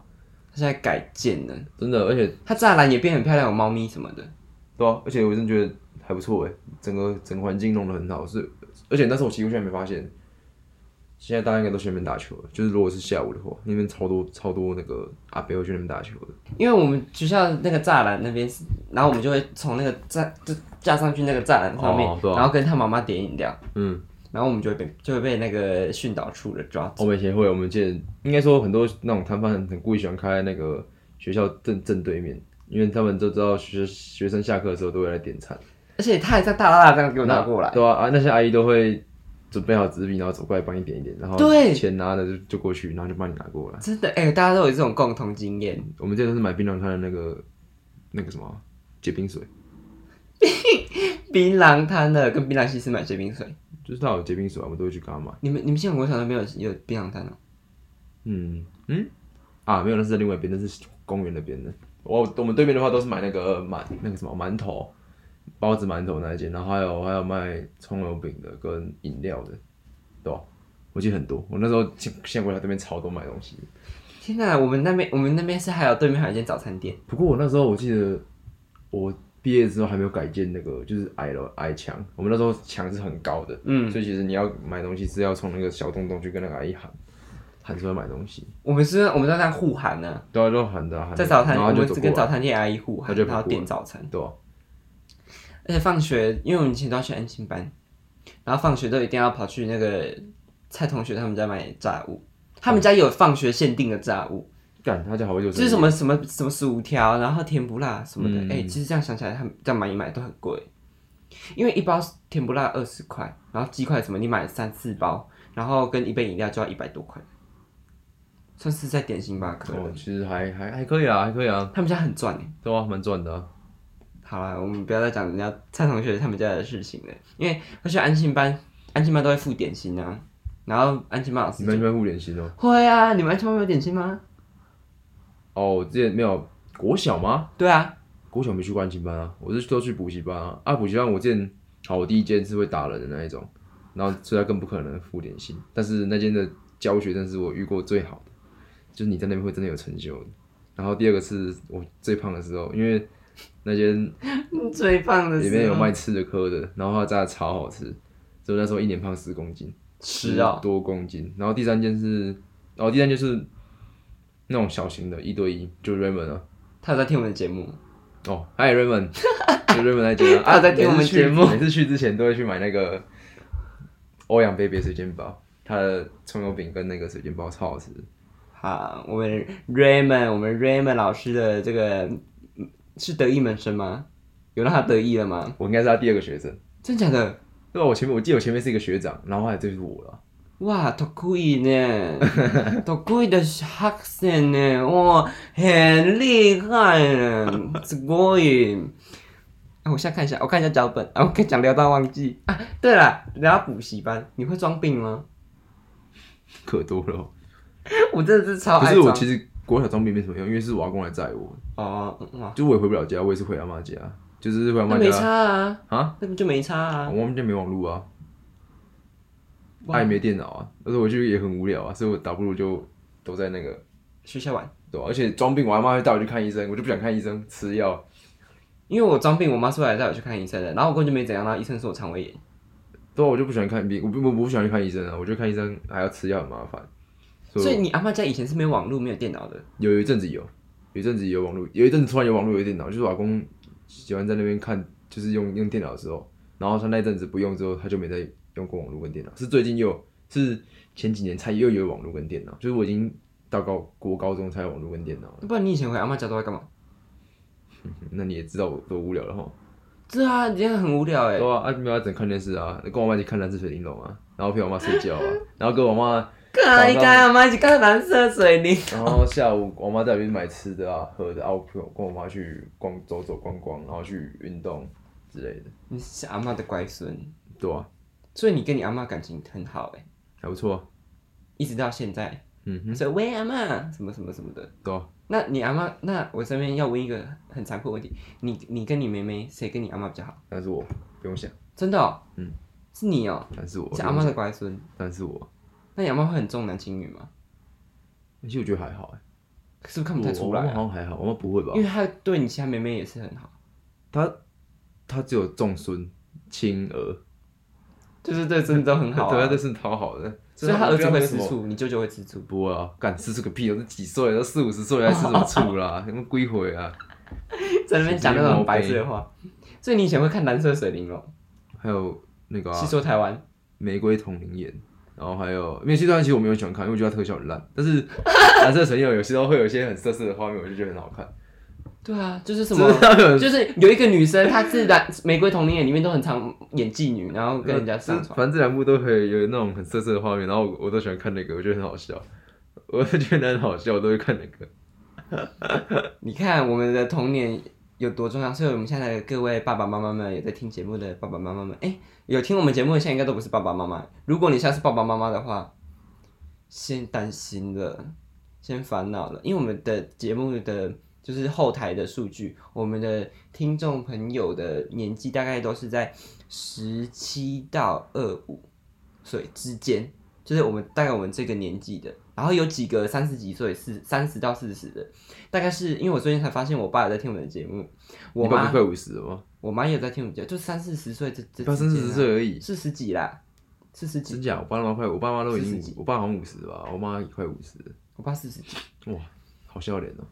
A: 他现在改建了，
B: 真的，而且
A: 他栅栏也变很漂亮，有猫咪什么的。
B: 对啊，而且我真的觉得还不错哎，整个整个环境弄得很好，是而且那时候我几乎现在没发现，现在大家应该都去那边打球了，就是如果是下午的话，那边超多超多那个阿伯会去那边打球的，
A: 因为我们学校那个栅栏那边是，然后我们就会从那个栅就架上去那个栅栏上面，
B: 哦对啊
A: 然后跟他妈妈点饮料，
B: 嗯，
A: 然后我们就会被就会被那个训导处的抓
B: 我们以前会，我们记得应该说很多那种摊贩很故意喜欢开那个学校正正对面，因为他们都知道学学生下课的时候都会来点餐，
A: 而且他还在大大大这样给我拿过来，
B: 对啊，啊那些阿姨都会准备好纸笔，然后走过来帮你点一点，然后
A: 对
B: 钱拿了就就过去，然后就帮你拿过来。
A: 真的哎、大家都有这种共同经验，
B: 我们这都是买槟榔摊的那个那个什么啊结冰水，
A: 槟榔摊的跟槟榔西施买结冰水，
B: 就是他有结冰水啊，我们都会去跟他买。
A: 你们你们现在国小那边有有槟榔摊哦、
B: 嗯嗯，啊没有，那是在另外一边，那是公园那边的。我我们对面的话都是买那个馒那个什么馒头，包子馒头那一间，然后还有还有卖葱油饼的跟饮料的，对吧、我记得很多，我那时候现现在过来对面超多买东西。
A: 天哪，我们那边我们那边是还有对面还有一间早餐店，
B: 不过我那时候我记得我毕业之后还没有改建那个就是矮楼矮墙，我们那时候墙是很高的，
A: 嗯，
B: 所以其实你要买东西是要从那个小洞洞去跟那个阿姨喊，喊出来买东西。
A: 我们是我们在那互喊呢、
B: 对啊，就喊的、啊，喊的
A: 在早餐
B: 然
A: 我
B: 后就
A: 们
B: 走
A: 只
B: 过
A: 跟
B: 来。
A: 早餐店阿姨互
B: 他
A: 喊，
B: 就
A: 然后
B: 跑过
A: 点
B: 来
A: 早餐。
B: 对啊，
A: 而且放学，因为我们以前都要去安亲班，然后放学都一定要跑去那个蔡同学他们家买炸物，他们家有放学限定的炸物，
B: 干他家好久，
A: 就是什么什么什么薯条，然后甜不辣什么的。
B: 嗯
A: 哎、其实这样想起来，他们这样买一买都很贵，因为一包甜不辣二十块，然后鸡块什么你买三四包，然后跟一杯饮料就要一百多块，算是在点星巴克了。
B: 哦，其实还还还可以啊，还可以啊，
A: 他们家很赚哎、
B: 对啊，蛮赚的、啊。
A: 好啦，我们不要再讲人家蔡同学他们家的事情了，因为会去安庆班，安庆班都会付点心啊。然后安庆班老师
B: 你们一般付点心哦？
A: 会啊，你们安庆班没有点心吗？
B: 哦，我之前没有国小吗？
A: 对啊，
B: 国小没去过安亲班啊，我是都去补习班啊。啊，补习班我之前好，我第一间是会打人的那一种，然后所以他更不可能付点心。但是那间的教学，真是我遇过最好的，就是你在那边会真的有成就的。然后第二个是我最胖的时候，因为那间
A: 最棒的
B: 里
A: 是啊
B: 面有卖吃的喝的，然后它炸的超好吃，所以我那时候一年胖十公斤，
A: 吃哦，
B: 10多公斤。然后第三间是，哦，第三间是那种小型的，一对一，就 Raymond 啊，
A: 嗯他有在听我们的节目，
B: 哦，嗨 Raymond，就 Raymond 来 (laughs) 讲
A: 他
B: 啊，
A: 有在听我们
B: 每次去
A: 节目
B: 每次去之前都会去买那个欧阳贝贝水煎包，它的葱油饼跟那个水煎包超好吃。
A: 好，我们 Raymond，我们 Raymond 老师的这个嗯是得意门生吗？有让他得意了吗？
B: 我应该是他第二个学生，
A: 真假的？
B: 对吧？啊我前面我记得我前面是一个学长，然后后来就是我了。
A: 哇，得意 (laughs) 呢，得意的学生呢，哇，很厉害呢，すごい。啊，我现在看一下，我看一下脚本啊，我跟你讲聊到忘记啊。对了，聊到补习班，你会装病吗？
B: 可多了哦，
A: 我真的是超
B: 可
A: 爱
B: 是
A: 装。
B: 我其实国小装病没什么用，因为是我阿公来载我，
A: 哦，嗯哇，
B: 就我也回不了家，我也是回阿妈家，就是回阿
A: 那
B: 妈
A: 没
B: 家
A: 差啊，
B: 啊，
A: 那不就没差
B: 我
A: 啊？
B: 们家没网络啊，
A: 哇
B: 他也没电脑啊，而且我就也很无聊啊，所以我倒不如就都在那个
A: 学校玩，
B: 对、啊，而且装病我阿妈会带我去看医生，我就不想看医生，吃药，
A: 因为我装病，我妈说来带我去看医生的，然后我根本就没怎样，然后医生说我肠胃炎，
B: 对、啊，我就不喜欢看病，我不我不喜欢去看医生啊，我觉得看医生还要吃药很麻烦，
A: 所以你阿妈家以前是没有网络、没有电脑的，
B: 有有一阵子有，有一阵子有网络，有一阵子突然有网络有电脑，就是我阿公喜欢在那边看，就是用用电脑的时候，然后他那一阵子不用之后，他就没再用过网络跟电脑。是最近又是前几年才又有网络跟电脑，就是我已经到高国高中才有网络跟电脑了。
A: 不然你以前回阿妈家都在干嘛？
B: 嗯那你也知道我多无聊了哈，
A: 对啊，你这样很无聊哎、
B: 对啊，啊没有啊，只能看电视啊，跟我妈一起看《蓝色水玲珑》啊，然后陪我妈睡觉啊，然后跟我妈，
A: 干一干阿妈去看蓝色水泥，
B: 然后下午我妈带我去买吃的啊、喝的啊，我陪我跟我妈去逛走走逛逛，然后去运动之类的。
A: 你是阿妈的乖孙，
B: 对啊，
A: 所以你跟你阿妈感情很好哎、
B: 还不错啊。
A: 一直到现在，
B: 嗯哼，
A: 所以喂阿妈什么什么什么的。
B: 对啊，
A: 那你阿妈，那我身边要问一个很残酷的问题，你你跟你妹妹谁跟你阿妈比较好？
B: 但是我不用想，
A: 真的、哦？
B: 嗯，
A: 是你哦，
B: 但是我
A: 是阿妈的乖孙。
B: 但是我，
A: 那你阿妈会很重男轻女吗？
B: 其实我觉得还好哎、
A: 是不是看不太出
B: 我我
A: 来、
B: 好
A: 啊？
B: 像还好，我妈不会吧
A: 因？为她对你其他妹妹也是很好，
B: 她她只有重孙亲儿，
A: 就是 (laughs) 对孙子都很好、
B: 对啊，
A: 啊
B: 这。是超好的。
A: 所以她儿子会
B: 没
A: 吃
B: 什么
A: 醋，你舅舅会吃 (laughs) 醋。
B: 不会啊，干吃醋个屁！我都几岁了，都四五十岁了还吃什么醋
A: (laughs)
B: 啦？什么归回啊？
A: 在那边讲那种很白痴的话。所以你以前会看《蓝色水玲珑
B: 还有那个、》，啊
A: 细、说台湾。
B: 玫瑰同龄眼，然后还有因为西装其实我没有很喜欢看，因为我觉得它特效很烂。但是 (laughs) 蓝色神友有时候会有一些很色色的画面，我就觉得很好看。
A: 对啊，就是什 (laughs)
B: 什
A: 么，
B: 么
A: 就是有一个女生，她是蓝玫瑰同龄眼里面都很常演妓女，然后跟人家上
B: 就是
A: (laughs) 床。
B: 反正这两部都会有那种很色色的画面，然后我我都喜欢看那个，我觉得很好笑，我就觉得很好笑，我都会看那个。
A: 你看我们的童年有多重要，所以我们现在的各位爸爸妈妈们，有在听节目的爸爸妈妈们，哎、有听我们节目的现在应该都不是爸爸妈妈。如果你现在是爸爸妈妈的话，先担心了，先烦恼了，因为我们的节目的就是后台的数据，我们的听众朋友的年纪大概都是在十七到二五岁之间，就是我们大概我们这个年纪的。然后有几个三十几岁，四三十到四十的，大概是因为我最近才发现我爸有在听我们的节目，我
B: 你爸不
A: 妈
B: 是快五十了吗？
A: 我妈也有在听我们节目，就三四十岁这这
B: 爸三四十岁而已，
A: 四十几啦，四十几，
B: 真假？我爸妈快，我爸妈都已经
A: 四十
B: 五，我爸好像五十吧，我妈也快五十，
A: 我爸四十几，
B: 哇，好笑脸哦。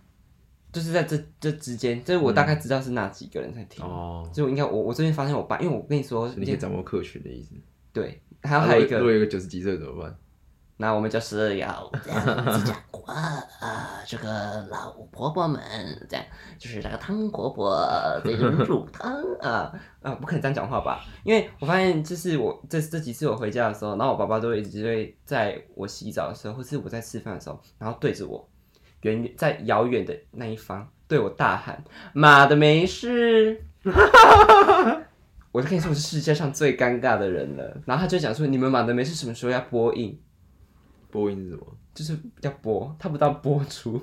A: 就是在这这之间，就是我大概知道是哪几个人在听，
B: 哦，
A: 所以我应该我我最近发现我爸，因为我跟你说
B: 所以，你可以掌握客群的意思。啊
A: 对，还有还有一
B: 如
A: 个，
B: 果有一个九十几岁怎么办？
A: 那我们就是要 (laughs)
C: 我啊，这个老婆婆们，这样就是那个汤婆婆在这边煮汤，呃
A: (laughs) 啊啊，不可能这样讲话吧？因为我发现，就是我这这几次我回家的时候，然后我爸爸都会一直会在我洗澡的时候，或是我在吃饭的时候，然后对着我远在遥远的那一方对我大喊：“妈的，
C: (laughs)
A: 没事！”我就跟你说，我是世界上最尴尬的人了。然后他就讲说：“你们妈的没事什么时候要播映？
B: 播音是什么？
A: 就是要播，他不到播出。”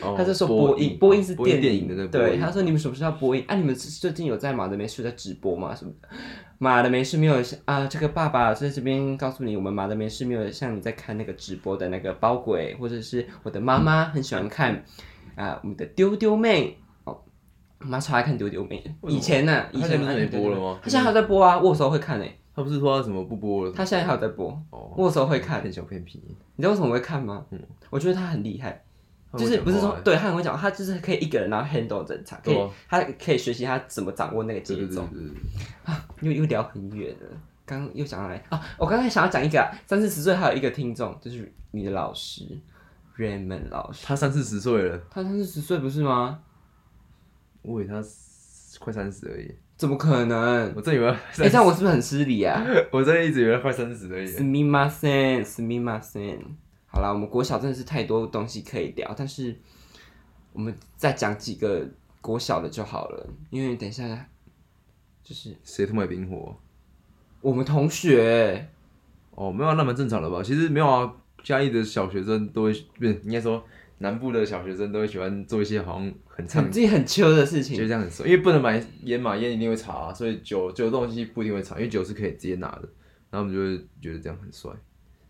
B: 哦
A: 他是说播
B: 播哦
A: 映，
B: 播
A: 播映是
B: 电
A: 影
B: 影的那个播
A: 对，
B: 映
A: 他说你们什么时候要播映？啊，你们最近有在马德梅事在直播吗？什么的？马德梅事没有啊，这个爸爸在这边告诉你，我们马德梅事没有像你在看那个直播的那个包鬼，或者是我的妈妈很喜欢看啊、我们的丢丢妹。哦，我妈超爱看丢丢妹，
B: 为什
A: 以
B: 么
A: 前呢、
B: 她
A: 以前
B: 哦现在不是
A: 爱
B: 没
A: 看丢丢
B: 播了
A: 妹
B: 吗
A: 她现在还有在播啊，我有时候会看诶、
B: 他不是说他什么不播了？
A: 她现在还有在播，啊
B: 哦，嗯
A: 我有时候会看。
B: 骗小骗皮，
A: 你知道为什么我会看吗？我觉得他很厉害。就是不是说对他很会讲话，他就是可以一个人然后 handle 整场，可以、
B: 欸对啊
A: 他可以学习他怎么掌握那个节
B: 对对
A: 奏啊
B: 对。对对。
A: 又又聊很远了，刚又讲到哪里啊？我刚才想要讲一个啊三四十岁还有一个听众，就是你的老师 Raymond 老师，
B: 他三四十岁了，
A: 他三四十岁不是吗？
B: 我以为他快三十而已，
A: 怎么可能？
B: 我真以为
A: 哎、这样我是不是很失礼啊？
B: (laughs) 我真的一直以为他快三十而已
A: す。みません，すみません。好啦，我们国小真的是太多东西可以聊，但是我们再讲几个国小的就好了，因为等一下就是
B: 谁他妈有冰火？
A: 我们同学，
B: 哦，没有啊、那蛮正常的吧？其实没有啊，嘉义的小学生都会，不是应该说南部的小学生都会喜欢做一些好像很畅
A: 很自己很秋的事
B: 就这
A: 情，
B: 样很熟，因为不能买烟嘛，烟一定会查、啊所以酒酒这东西不一定会查，因为酒是可以直接拿的。然后我们就会觉得这样很帅，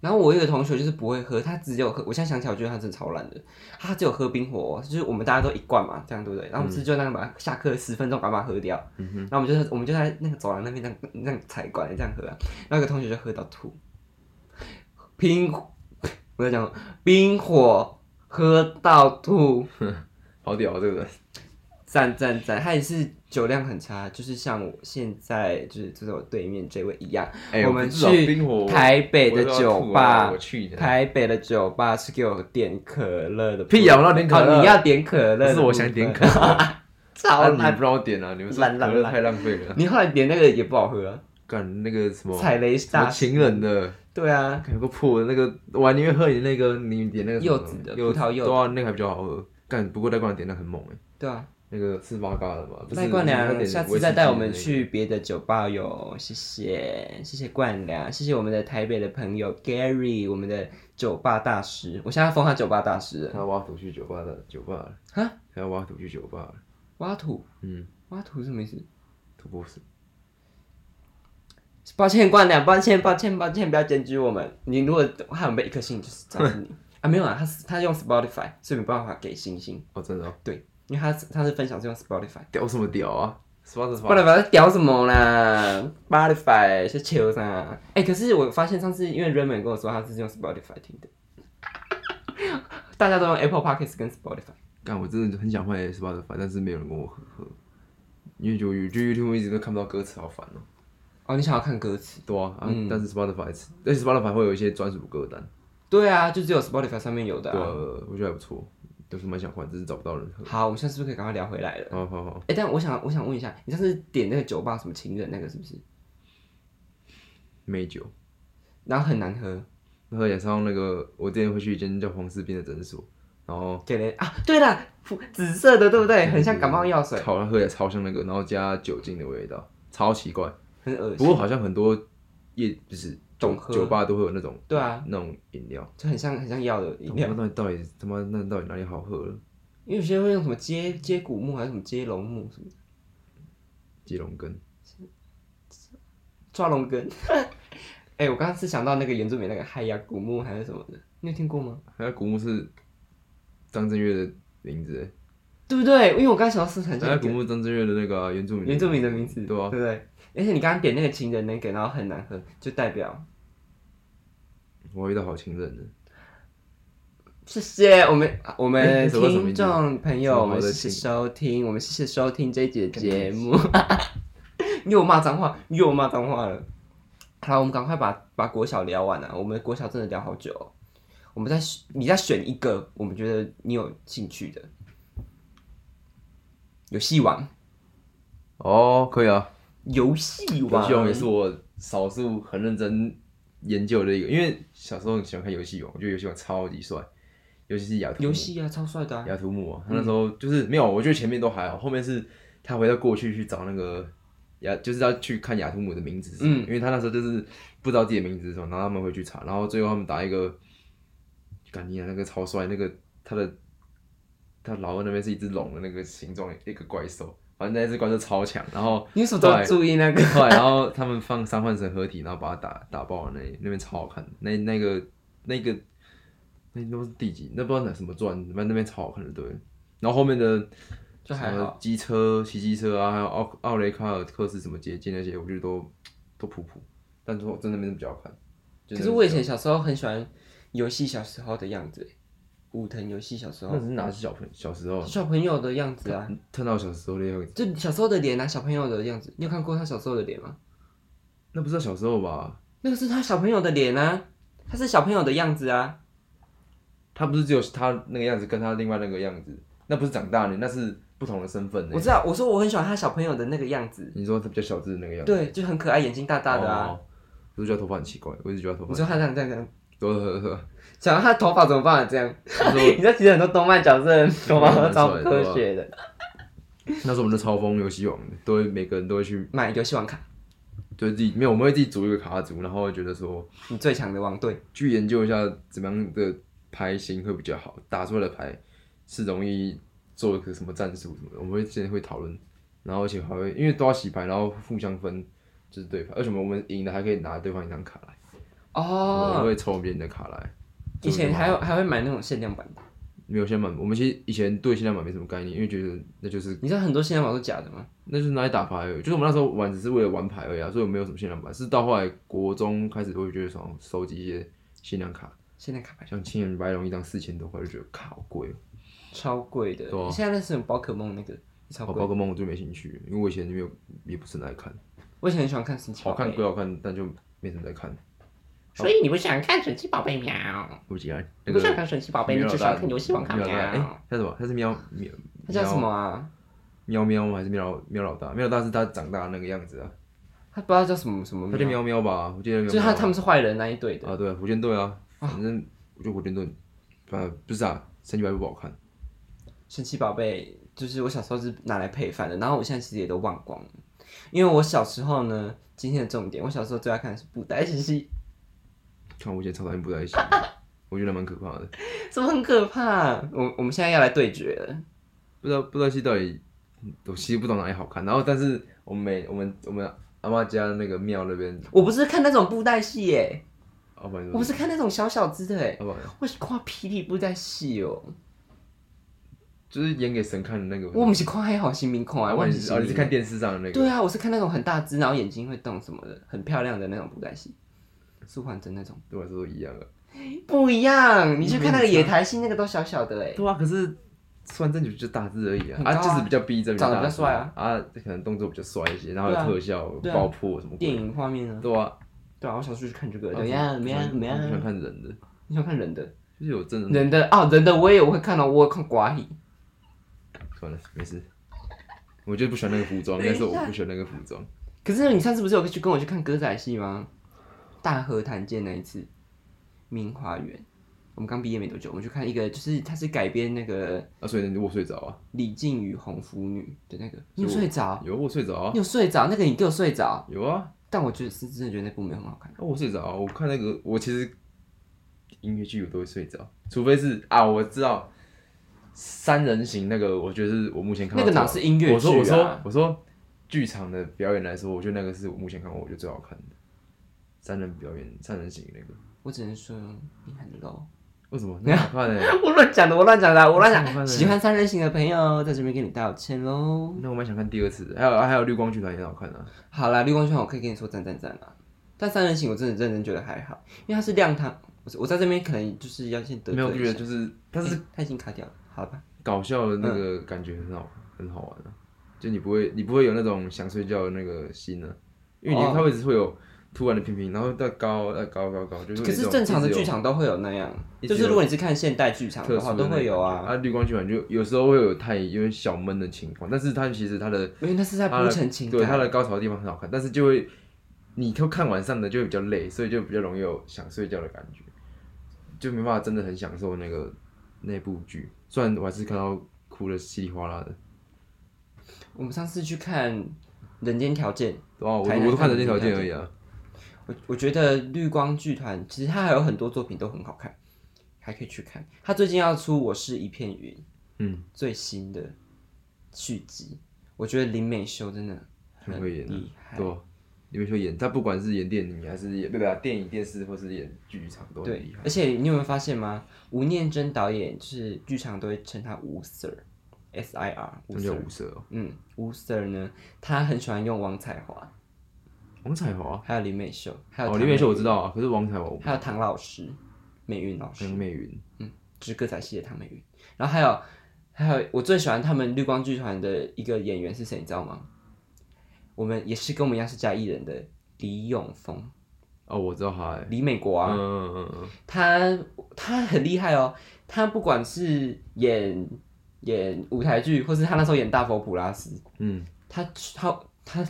A: 然后我有个同学就是不会喝，他只有喝，我现在想起来，我觉得他真的超烂的。他只有喝冰火哦，就是我们大家都一罐嘛，这样对不对？然后我们是就那样把它下课十分钟把它喝掉，然后我们就我们就在那个走廊那边这样这样踩罐这样喝、啊，然后有个同学就喝到吐。冰，我在讲冰火喝到吐，
B: 好屌、啊、这个人，
A: 赞赞赞！他也是酒量很差，就是像我现在就是就是我对面这位一样，
B: 哎
A: 我们
B: 不知道
A: 去
B: 冰火
A: 台北的
B: 我都要
A: 酒
B: 吐啊
A: 吧
B: 我去你的，
A: 台北的酒吧是给我点可乐的，
B: 屁呀啊我要点可乐
A: 哦你要点可乐，
B: 可是我想点可，乐，
A: 超
B: 啊你
A: 难。
B: 不让我点啊，你们说
A: 烂烂
B: 可乐
A: 烂
B: 太浪费了，
A: 你后来点那个也不好喝啊，
B: 干那个什么
A: 踩雷
B: 什么
A: 大师。
B: 情人的，
A: 对啊，
B: 干有个破的那个，我宁愿喝你那个，你点那个什么
A: 柚子的葡萄柚
B: 对啊，那个还比较好喝。干不过带罐点那个很猛哎、
A: 对啊，
B: 那个是八嘎的嘛？不是
A: 赖冠
B: 你要
A: 良，
B: 点
A: 下次
B: 威士
A: 再
B: 忌
A: 带
B: 的
A: 我们
B: 那个
A: 去别的酒吧哟，谢谢，谢谢冠良，谢谢我们的台北的朋友 Gary，我们的酒吧大师，我现在封他酒吧大师了。
B: 他挖土去酒吧的酒吧了，
A: 哈，
B: 他要挖土去酒吧了，
A: 挖土，
B: 嗯，
A: 挖土是什么意思？
B: 土博士，
A: 抱歉，冠良，抱歉，抱歉，抱歉，不要检举我们。你如果还有被一颗星，就是找死
B: (laughs)
A: 你啊！没有啊，他是他用 Spotify，所以没办法给星星。
B: 哦，真的、哦，
A: 对，因为他是他是分享是用 Spotify。
B: 屌什么屌啊？十八十
A: 不然把它屌什么啦？Spotify 是球噻。哎、可是我发现上次因为 Raymond 跟我说他是用 Spotify 听的，大家都用 Apple Podcast 跟 Spotify。
B: 干，我真的很想换 s p o t i 但是没有人跟我合合，因为就就 YouTube 一直都看不到歌词，好烦哦、
A: 哦，你想要看歌词？
B: 对啊，啊
A: 嗯
B: 但是 Spotify，但是 Spotify 会有一些专属歌单，
A: 对啊，就只有 Spotify 上面有的、
B: 对啊，
A: 啊。
B: 呃我觉得还不错，就是蛮想换，只是找不到人合。
A: 好，我们现在是不是可以赶快聊回来了？
B: 好好好，
A: 哎、但我想我想问一下，你上次点那个酒吧什么情人那个是不是？
B: 美酒。
A: 然后很难喝，
B: 然后也上那个，我之前会去一间叫黄士斌的诊所，然后
A: 给人啊， (laughs) 对了，紫色的对不对？很像感冒药水，
B: 烤它喝起来超像那个，然后加酒精的味道，超奇怪。
A: 很恶
B: 不
A: 心。
B: 过好像很多夜就是酒
A: 懂喝
B: 酒吧都会有那种
A: 对啊，
B: 那种饮料，
A: 就很像很像药的饮料
B: 那，到底到底他妈那到底哪里好喝了？
A: 因为有些人会用什么接接骨木还是什么接龙木什么
B: 鸡笼根，
A: 抓龙 (laughs) 根。哎、我刚刚是想到那个原住民那个嗨呀古木还是什么的，你有听过吗？
B: 还有古墓是张震岳的名字欸，
A: 对不对？因为我刚刚想到是很
B: 还
A: 像
B: 有
A: 一
B: 古
A: 个
B: 墓张震岳的那个啊原住民
A: 原住民的名字，
B: 对啊，
A: 对不对？而且你刚刚点那个情人能给，然后很难喝，就代表
B: 我遇到好情人了，
A: 谢谢我们我
B: 哎
A: 们
B: 那首歌什
A: 嗯
B: 么
A: 听
B: 名字
A: 众朋友，
B: 什么
A: 我们
B: 好的
A: 谢谢
B: 情
A: 收听，我们谢谢收听这一集的节目。 (laughs) 又骂脏话，又骂脏话了。好，我们赶快把把国小聊完啊！我们国小真的聊好久、哦。我们再选你再选一个，我们觉得你有兴趣的，游戏王，
B: 哦，可以啊，
A: 游戏
B: 游
A: 王，
B: 戏王也是我少数很认真研究的一个，因为小时候很喜欢看游戏王，我觉得游戏王超级帅，尤其是雅图姆
A: 游戏啊，超帅的、啊。
B: 雅图姆啊，他那时候就是、没有，我觉得前面都还好，后面是他回到过去去找那个雅，就是要去看雅图姆的名字是什么，
A: 嗯
B: 因为他那时候就是不知道自己的名字是什么，然后他们会去查，然后最后他们打一个，感觉那个超帅，那个他的他老二那边是一只龙的那个形状一个怪兽，反正那只怪兽超强，然后
A: 你为什么都要
B: 对
A: 注意那个？
B: 后来，然后他们放三幻神合体，然后把它打打爆了那里那边超好看的，那那个那个那都是第几？那不知道哪什么传，反正那边超好看的，对。然后后面的
A: 就还
B: 什
A: 好
B: 么，机车、骑机车啊，还有奥奥雷卡尔克斯什么捷径那些，我觉得都都普普，但是我真的没那么比较好看。就
A: 可
B: 那边
A: 是我以
B: 比较
A: 前小时候很喜欢游戏小时候的样子，武藤游戏小时候
B: 那只是哪是小朋友小时候，
A: 小朋友的样子啊，
B: 看到小时候的样子，
A: 就小时候的脸啊，小朋友的样子。你有看过他小时候的脸吗？
B: 那不是小时候吧？
A: 那个是他小朋友的脸啊，他是小朋友的样子啊。
B: 他不是只有他那个样子，跟他另外那个样子，那不是长大呢，那是不同的身份呢
A: 我。知道，我说我很喜欢他小朋友的那个样子，
B: 你说他比较小只的那个样子。
A: 对，就很可爱，眼睛大大的啊。
B: 哦我就觉得头发很奇怪，我一直觉得头
A: 你
B: 发
A: 说他这样这样这样，
B: 多呵呵，
A: 想到他头发怎么办、这样？
B: 那时候
A: (laughs) 你知道其实很多动漫角色
B: 嗯
A: 的头发都超不科学的。
B: (laughs) 那时候我们的超风游戏王都会每个人都会去，
A: 买游戏王卡，
B: 就是自己没有，我们会自己组一个卡组，然后会觉得说
A: 你最强的王队。
B: 去研究一下怎么样的拍型会比较好，打出来的牌是容易做一个什么战术什么的，我们会之前会讨论，然后而且还会因为都要洗牌，然后互相分就是对牌，而且我们赢的还可以拿对方一张卡来，嗯我们
A: 哦，
B: 会抽别人的卡来。
A: 以前还有
B: 有
A: 还会买那种限量版的，
B: 没有限量版？我们其实以前对限量版没什么概念，因为觉得那就是
A: 你知道很多限量版都假的吗？
B: 那就是拿来打牌而已，就是我们那时候玩只是为了玩牌而已啊，所以我没有什么限量版。是到后来国中开始会觉得想收集一些限量卡，
A: 限量卡牌
B: 像青眼白龙一张四千多块，就觉得卡好贵哦。
A: 超贵的，
B: 对啊
A: 现在那是有宝可梦那个超
B: 哦，
A: 贵
B: 宝。可梦我就没兴趣，因为我以前没有也不是很爱看，
A: 我以前很喜欢看神奇
B: 好
A: 宝贝，
B: 看归好看，但就没什么在看。
C: 所以你不想看神奇宝贝喵？
B: 对不起啊，
C: 你
B: 那
C: 不
B: 个
C: 想看神奇宝贝，你
B: 喵
C: 至
B: 大
C: 少看游戏王卡
B: 喵
C: 喵
B: 大。哎，他什么？他是喵喵，
A: 它叫什么啊？
B: 喵？喵喵还是喵喵老大？喵老大是他长大的那个样子啊，
A: 它不知道叫什么什么
B: 他叫
A: 名，
B: 喵喵吧？我记得喵
A: 就
B: 喵。
A: 是他他们是坏人那一队的。
B: 啊，对，火箭队啊，反正我觉得火箭队，呃，不是啊，神奇白不好看。
A: 神奇宝贝就是我小时候是拿来配饭的，然后我现在其实也都忘光了，因为我小时候呢，今天的重点，我小时候最爱看的是布袋戏，
B: 看我以前超讨厌布袋戏， (laughs) 我觉得蛮可怕的。
A: 怎么很可怕？我我们现在要来对决了，
B: 不知道布袋戏到底，我其实不懂哪里好看。然后，但是我们每我们我们阿妈家那个庙那边，哦
A: 我不是看那种布袋戏耶，
B: 阿爸
A: 我不是看那种小小只的耶，
B: 阿爸
A: 我是看霹雳布袋戏哦，
B: 就是演给神看的那个。
A: 我们是看黑好新兵看啊，
B: 啊，
A: 我不
B: 我你
A: 是
B: 是哦
A: 新
B: 你是
A: 兵
B: 看电视上的那个？
A: 对啊，我是看那种很大只，然后眼睛会动什么的，很漂亮的那种布袋戏，素环真那种哎
B: 对我来说都一样的。
A: 不一样，你去看那个野台戏，那个都小小的哎。
B: 对啊，可是苏完正就就大只而已啊
A: 很，高
B: 啊
A: 啊
B: 就是比较逼真，
A: 长得比较
B: 大只
A: 帅啊，
B: 啊可能动作比较帅一些，然后有
A: 对啊
B: 特效
A: 对啊
B: 爆破什么鬼
A: 电。影画面呢？
B: 对啊，
A: 对啊，我小时候就看这个，
B: 啊
A: 怎么样？怎么样？怎么
B: 我喜欢
A: 样？
B: 看人的，
A: 你想看人的？
B: 就是有真人。
A: 人的啊，人的我也有会看哦，我有看寡戏。
B: 算了，没事。我就不喜欢那个服装，
A: 等一
B: 但
A: 下
B: 是我不喜欢那个服装。
A: 可是你上次不是有去跟我去看歌仔戏吗？大河潭见那一次，明华园，我们刚毕业没多久，我们去看一个，就是它是改编那个
B: 啊，所以你我睡着啊，
A: 李靖与红拂女的那个，哦你有
B: 是我
A: 睡着？
B: 有我睡着啊
A: 你，有睡着？那个你给我睡着，
B: 有啊，
A: 但我觉得是真的觉得那部没有很好看。
B: 啊我睡着啊。我看那个，我其实音乐剧我都会睡着，除非是啊，我知道三人行那个，我觉得是我目前看到
A: 那个哪
B: 最好
A: 是音乐剧啊
B: 我说我说我说，剧场的表演来说，我觉得那个是我目前看过我觉得最好看的三人表演，三人行那个。
A: 我只能说你很 low。
B: 为什么？那好看欸呢、
A: (laughs) 我乱讲的，我乱讲 (laughs) 的，我乱
B: 怎么办
A: 讲。
B: 呢
A: 喜欢三人行的朋友，在这边跟你道歉喽。
B: 那我蛮想看第二次的，还有还有绿光剧团也很好看啊。
A: 好啦，绿光圈我可以跟你说赞赞赞啦，但三人行我真的认真觉得还好，因为它是亮堂。我我在这边可能就是要先得
B: 没有，我
A: 罪
B: 觉
A: 一下，
B: 得就是，但是
A: 诶它已经卡掉了，好吧？
B: 搞笑的那
A: 嗯
B: 个感觉很好，很好玩啊。就你不会，你不会有那种想睡觉的那个心呢、因为你
A: 哦
B: 它会只会有突然的平平，然后再高，再高高高，就是
A: 可是正常的剧
B: 场
A: 场都会有那样，
B: 一
A: 就
B: 直有
A: 是如果你是看现代剧场的话，都会有啊，
B: 啊，绿光剧场就有时候会有太有点小闷的情况，但是它其实它的
A: 因为那是在
B: 它
A: 铺
B: 的
A: 陈情
B: 对它
A: 感。
B: 的高潮的地方很好看，但是就会你就看晚上的就会比较累，所以就比较容易有想睡觉的感觉，就没办法真的很享受那个那部剧。虽然我还是看到哭的稀里哗啦的。
A: 我们上次去看《人间条件》，
B: 哦，我
A: 台南
B: 我都看
A: 看
B: 人间条
A: 人间
B: 件而已啊。
A: 我我觉得绿光剧团其实它还有很多作品都很好看，还可以去看。它最近要出《我是一片云》，
B: 嗯，
A: 最新的续集，我觉得林美秀真的
B: 很会演啊
A: 厉害。
B: 对啊，你们说演，他不管是演电影还是演，对不对啊？电影、电视或是演剧场都很
A: 对
B: 厉害，。
A: 而且你有没有发现吗？吴念真导演就是剧场都会称他吴 Sir，S I R
B: 他
A: 吴
B: 们叫
A: Sir。
B: 五色哦，
A: 嗯，吴 Sir 呢，他很喜欢用王彩华，
B: 王彩华。啊
A: 还有林美秀，还有
B: 哦，
A: 唐
B: 李美秀我知道啊，可是王彩华我不
A: 还有唐老师、美云老师
B: 还，有美云，
A: 就是歌仔戏的唐美云。然后还有还有，我最喜欢他们绿光剧团的一个演员是谁，你知道吗？我们也是跟我们一样是嘉义人的李永峰，
B: 哦，我知道他欸。
A: 李美国啊，
B: 嗯嗯嗯嗯，
A: 他他很厉害哦，他不管是演演舞台剧，或是他那时候演大佛普拉斯，
B: 嗯，
A: 他他他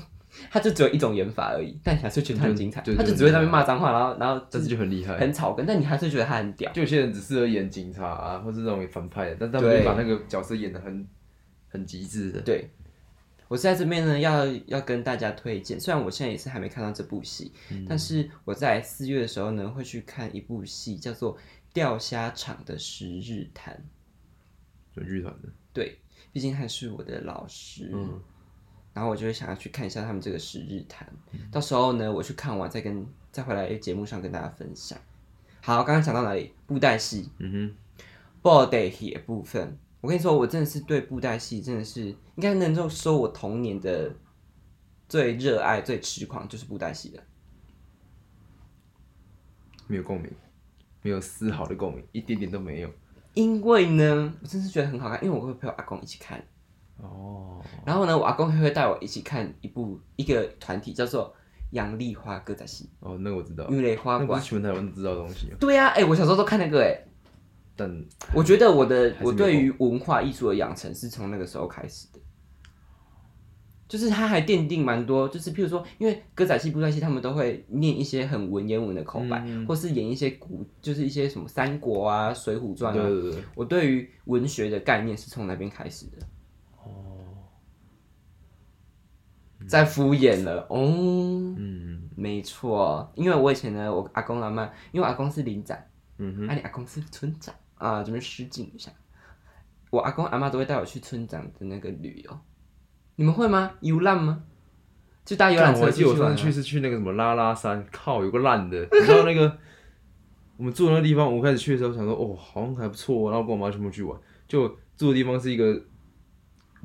A: 他就只有一种演法而已，但你还是觉得他很精彩，
B: 对对
A: 他就只会在那边骂脏话，然后然后
B: 但是就很厉害。
A: 很草根，但你还是觉得他很屌。
B: 就有些人只适合演警察啊，或是那种反派的，但他们
A: 对
B: 就把那个角色演的很很极致的。
A: 对，我在这边呢，要要跟大家推荐，虽然我现在也是还没看到这部戏，但是我在四月的时候呢，会去看一部戏，叫做《钓虾场的十日谈。
B: 准剧团的，
A: 对，毕竟他是我的老师，
B: 嗯
A: 然后我就会想要去看一下他们这个十日谈。到时候呢，我去看完再跟再回来节目上跟大家分享。好，刚刚讲到哪里？布袋戏，
B: 嗯
A: ，body 的部分。我跟你说，我真的是对布袋戏真的是应该能够说我童年的最热爱、最痴狂就是布袋戏了。
B: 哼，没有共鸣，没有丝毫的共鸣，一点点都没有。
A: 因为呢，我真是觉得很好看，因为我会陪我阿公一起看。
B: 哦，
A: 然后呢，我阿公会带我一起看一部一个团体叫做杨丽花歌仔戏
B: 哦，那个我知道
A: 《女，雷花
B: 那不
A: 馆
B: 是》。全台湾都知道的东西啊，
A: 对呀、啊，哎、我小时候都看那个哎、
B: 但
A: 我觉得我的
B: 还是没有
A: 我对于文化艺术的养成是从那个时候开始的，就是它还奠定蛮多，就是譬如说，因为歌仔戏、布袋戏他们都会念一些很文言文的口白，
B: 嗯
A: 或是演一些古，就是一些什么三国啊、水浒传
B: 对
A: 啊。
B: 对对，
A: 我对于文学的概念是从那边开始的。哦，在敷衍了哦，
B: 嗯
A: 没错，因为我以前呢，我阿公阿妈，因为我阿公是领长。
B: 嗯哼，
A: 啊，你阿公是村长啊，这边失敬一下。我阿公阿妈都会带我去村长的那个旅游，你们会吗？游览吗？就搭游览
B: 我
A: 车
B: 还记得
A: 出
B: 我
A: 去玩啊
B: 上次去是去那个什么拉拉山，靠，有个烂的，你知道那个我们住的那个地方，我开始去的时候想说，哦，好像还不错哦，然后跟我妈全部去玩，就住的地方是一个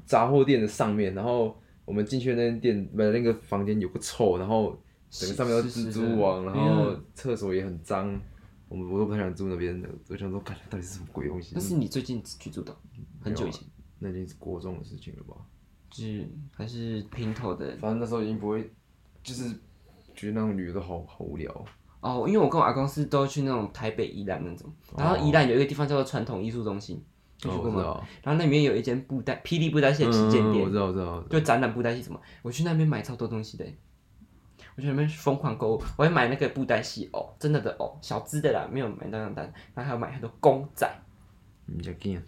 B: 杂货店的上面，然后我们进去的那间店，买那个房间有个臭，然后整个上面都
A: 是
B: 是
A: 是
B: 蜘
A: 是
B: 蛛网，然
A: 哎
B: 后
A: 呀
B: 厕所也很脏。我们我都不太想住那边的，我想说，感觉到底是什么鬼东西
A: 那？是你最近去住的，很久以前，
B: 那已经是国中的事情了吧？
A: 就是还是平头的
B: 反正那时候已经不会，就是觉得那种旅游都好好无聊哦。
A: 哦。因为我跟我阿公是都去那种台北宜兰那种，然后宜兰有一个地方叫做传统艺术中心，你去
B: 哦
A: 过
B: 我知
A: 吗？
B: 道，
A: 然后那里面有一间布袋霹雳布袋戏的旗舰
B: 嗯我
A: 店，
B: 知道，我知道，
A: 就展览布袋戏什么，我去那边买超多东西的欸，我去那边疯狂购物，我还买那个布袋戏偶，真的的偶，小只的啦，没有买到那单，然后还有买很多公仔。
B: 你在干？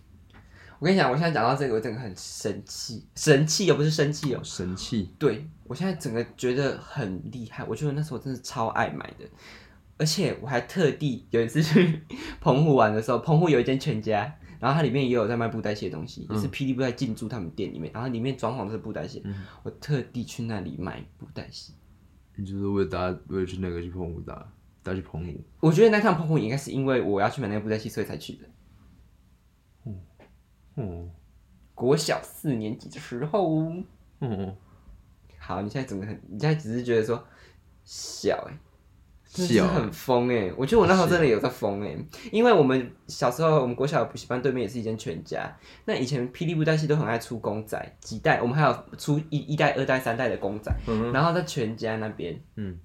A: 我跟你讲，我现在讲到这个，我整个很生气，生气又不是生气哦，
B: 神器，
A: 对我现在整个觉得很厉害，我觉得那时候真的超爱买的，而且我还特地有一次去 (laughs) 澎湖玩的时候，澎湖有一间全家，然后它里面也有在卖布袋戏的东西，也是霹雳布袋进驻他们店里面，然后里面装潢都是布袋戏，我特地去那里买布袋戏。
B: 你就是为了打，为了去那个去澎湖打，打去澎湖。
A: 我觉得那趟澎湖应该是因为我要去买那个布袋戏，所以才去的。
B: 哦
A: 国小四年级的时候，
B: 哦，
A: 好，你现在整个很，你现在只是觉得说小哎、欸，真的是
B: 小
A: 很疯哎、我觉得我那时候真的有在疯哎、因为我们小时候，我们国小的补习班对面也是一间全家。那以前霹雳布袋戏都很爱出公仔，几代，我们还有出一一代、二代、三代的公仔，然后在全家那边，
B: 嗯，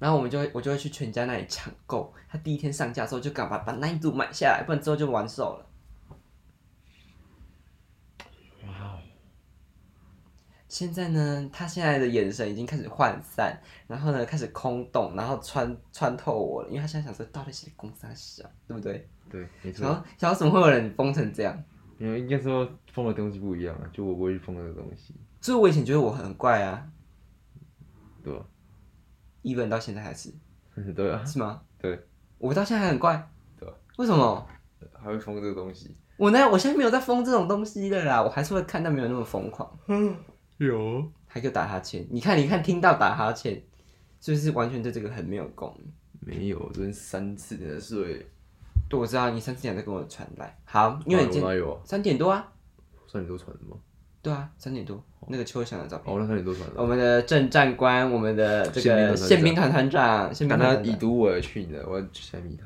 A: 然后我们就会我就会去全家那里抢购。他第一天上架的时候就赶快把那一组买下来，不然之后就完售了。
B: 哦
A: 现在呢，他现在的眼神已经开始涣散，然后呢开始空洞，然后穿穿透我了，因为他现在想说到底是工商小，对不对？
B: 对，没
A: 然
B: 错。
A: 后想说怎么会有人疯成这样？
B: 因为应该说碰的东西不一样啊，就我不会去碰那个东西，
A: 所以我以前觉得我很怪啊
B: 对吧？ (laughs)
A: ，even 到现在还是
B: 对啊，
A: 是吗？
B: 对，
A: 我到现在还很怪，
B: 对啊
A: 为什么？
B: 还会碰这个东西。
A: 我呢，我现在没有在疯这种东西了啦，我还是会看，但没有那么疯狂。
B: 有，
A: 还给我打哈欠，你看，你看，听到打哈欠，是不是完全对这个很没有共鸣？
B: 没有？我昨天三次才睡，
A: 对，我知道你三四点再跟我传来，好，因为你今
B: 哪
A: 天
B: 有啊？
A: 三点多啊。
B: 三点多传的吗？
A: 对啊，三点多那个秋翔的照片。
B: 哦，那三点多传的。
A: 我们的正战官，我们的这个宪
B: 宪
A: 兵
B: 兵
A: 团团长，宪兵
B: 但
A: 团
B: 他
A: 团
B: 啊已
A: 长。
B: 读我而去你的，我要去下米他。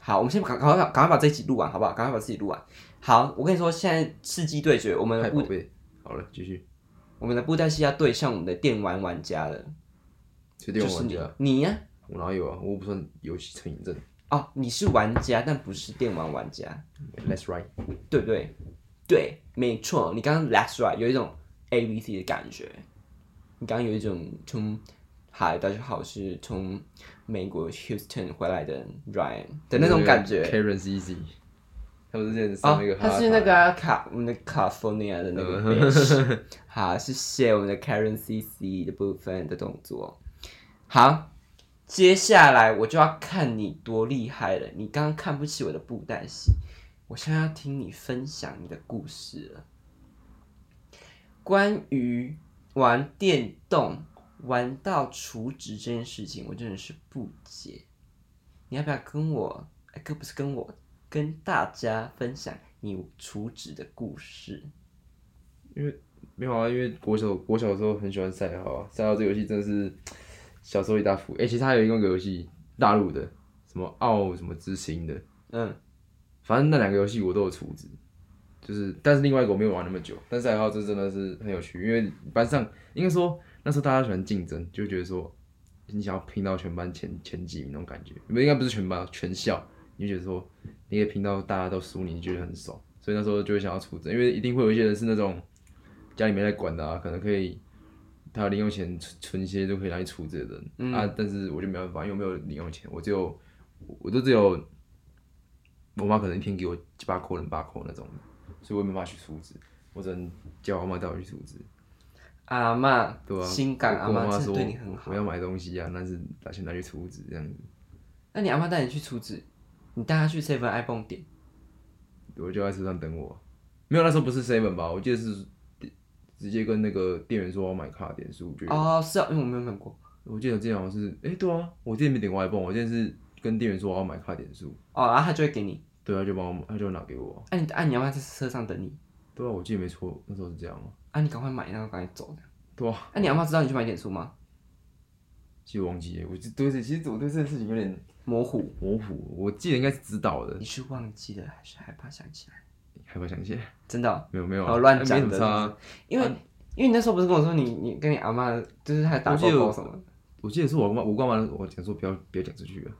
A: 好，我们先赶赶快把赶快把这一集录完，好不好？赶快把自己录完。好，我跟你说，现在世纪对决，我们
B: 太
A: 的
B: 宝
A: 布
B: 贝。好了，继续。
A: 我们的布袋戏要对上我们的电玩玩家了，
B: 谁电
A: 就
B: 玩
A: 是
B: 玩
A: 你你
B: 家？
A: 呀、
B: 我哪有啊？我又不算游戏成瘾症。
A: 哦，你是玩家，但不是电玩玩家，
B: Let's right。
A: 对不对？对，没错，你刚刚 last right 有一种 A B C 的感觉，你刚刚有一种从嗨，大家好，是从美国 Houston 回来的 Ryan 的那种感觉
B: Karen is easy，他们之前
A: 啊
B: 上嗯那个，哈呃
A: 他
B: 拉塔，
A: 是那个啊卡我们的 California 的那个
B: (laughs)
A: 啊 bitch 好，谢谢我们的 Karen CC 的部分的动作。好，接下来我就要看你多厉害了。你刚刚看不起我的布袋戏，我现在要听你分享你的故事了。关于玩电动玩到除职这件事情，我真的是不解。你要不要跟我？哎，哥不是跟我，跟大家分享你除职的故事。
B: 没有啊，因为国小国小的时候很喜欢赛号啊，赛号这个游戏真的是小时候一大福。哎、其实它还有一个游戏，大陆的什么奥什么之星的，
A: 嗯，
B: 反正那两个游戏我都有出资，就是但是另外一个我没有玩那么久，但是还好这真的是很有趣，因为班上应该说那时候大家喜欢竞争，就觉得说你想要拼到全班前前几名那种感觉，应该不是全班啊全校，你就觉得说你可以拼到大家都输你，你觉得很爽，所以那时候就会想要出资，因为一定会有一些人是那种家里没在管的啊，可能可以。他有零用钱存存一些就可以拿去出资的人、啊，但是我就没办法，因为我没有零用钱，我只有我就只有我妈可能一天给我七八扣、零八扣那种的，所以我也没办法去出资，我只能叫我妈带我去出资。
A: 阿妈，
B: 对啊，
A: 新港阿
B: 我跟
A: 妈
B: 我妈
A: 真的
B: 说
A: 对你很好。
B: 我要买东西啊，但是打算拿去出资这样子，
A: 那你阿妈带你去厨子，你带她去 Seven iPhone 点，
B: 我就在车上等我。没有，那时候不是 seven 吧？我记得是直接跟那个店员说我要买卡点数就有。
A: 哦，是啊，因为我没有买过。
B: 我记得我之前好像是，哎、对啊，我之前没点过 iPhone，我之前是跟店员说我要买卡点数，
A: 哦，然后她就会给你，
B: 对，啊他就帮我，他就拿给我。
A: 哎、你哎、你阿妈在车上等你，
B: 对啊，我记得没错，那时候是这样啊。
A: 啊，你赶快买，然后赶快走。
B: 对啊，
A: 哎、你阿妈知道你去买点数吗？
B: 其实我忘记了，我就对这，其实我对这件事情有点
A: 模糊，
B: 模糊，我记得应该是知道的
A: 你，是忘记了还是害怕想起来？
B: 害怕想起来，
A: 真的哦、
B: 没有没有啊，
A: 好乱
B: 没
A: 讲
B: 什么
A: 的
B: 差啊
A: 是因为、因为你那时候不是跟我说你你跟你阿妈就是她打
B: 我
A: 包
B: 记得
A: 包什么，
B: 我记得是我妈，我干嘛我讲说不要不要讲出去啊，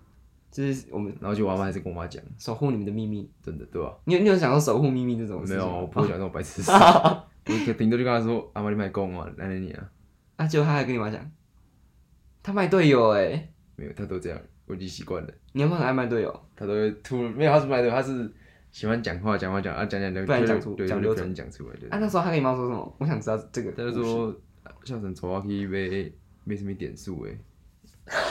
A: 就是我们
B: 然后就我妈还是跟我妈讲，
A: 守护你们的秘密。
B: 真的对吧、
A: 你有你有想要守护秘密这种事
B: 没
A: 情吗
B: 有，啊我不会讲这种
A: (laughs)
B: 白痴事，我顶多就跟她说阿妈你卖公啊，来来你啊，
A: 啊，结果她还跟你妈讲，她卖队友哎、
B: 没有，她都这样，我已经习惯了，
A: 你阿妈很爱卖队友，
B: 她都会突然没有，她是卖的，她是喜欢讲话讲话讲啊讲讲讲，
A: 不然讲出
B: 对，
A: 讲
B: 就
A: 溜
B: 是
A: 走
B: 不能讲出来，对，
A: 啊，那时候她跟你妈说什么？我想知道这个
B: 她就
A: 故事。
B: 说孝成走啊可以被没什么点数哎、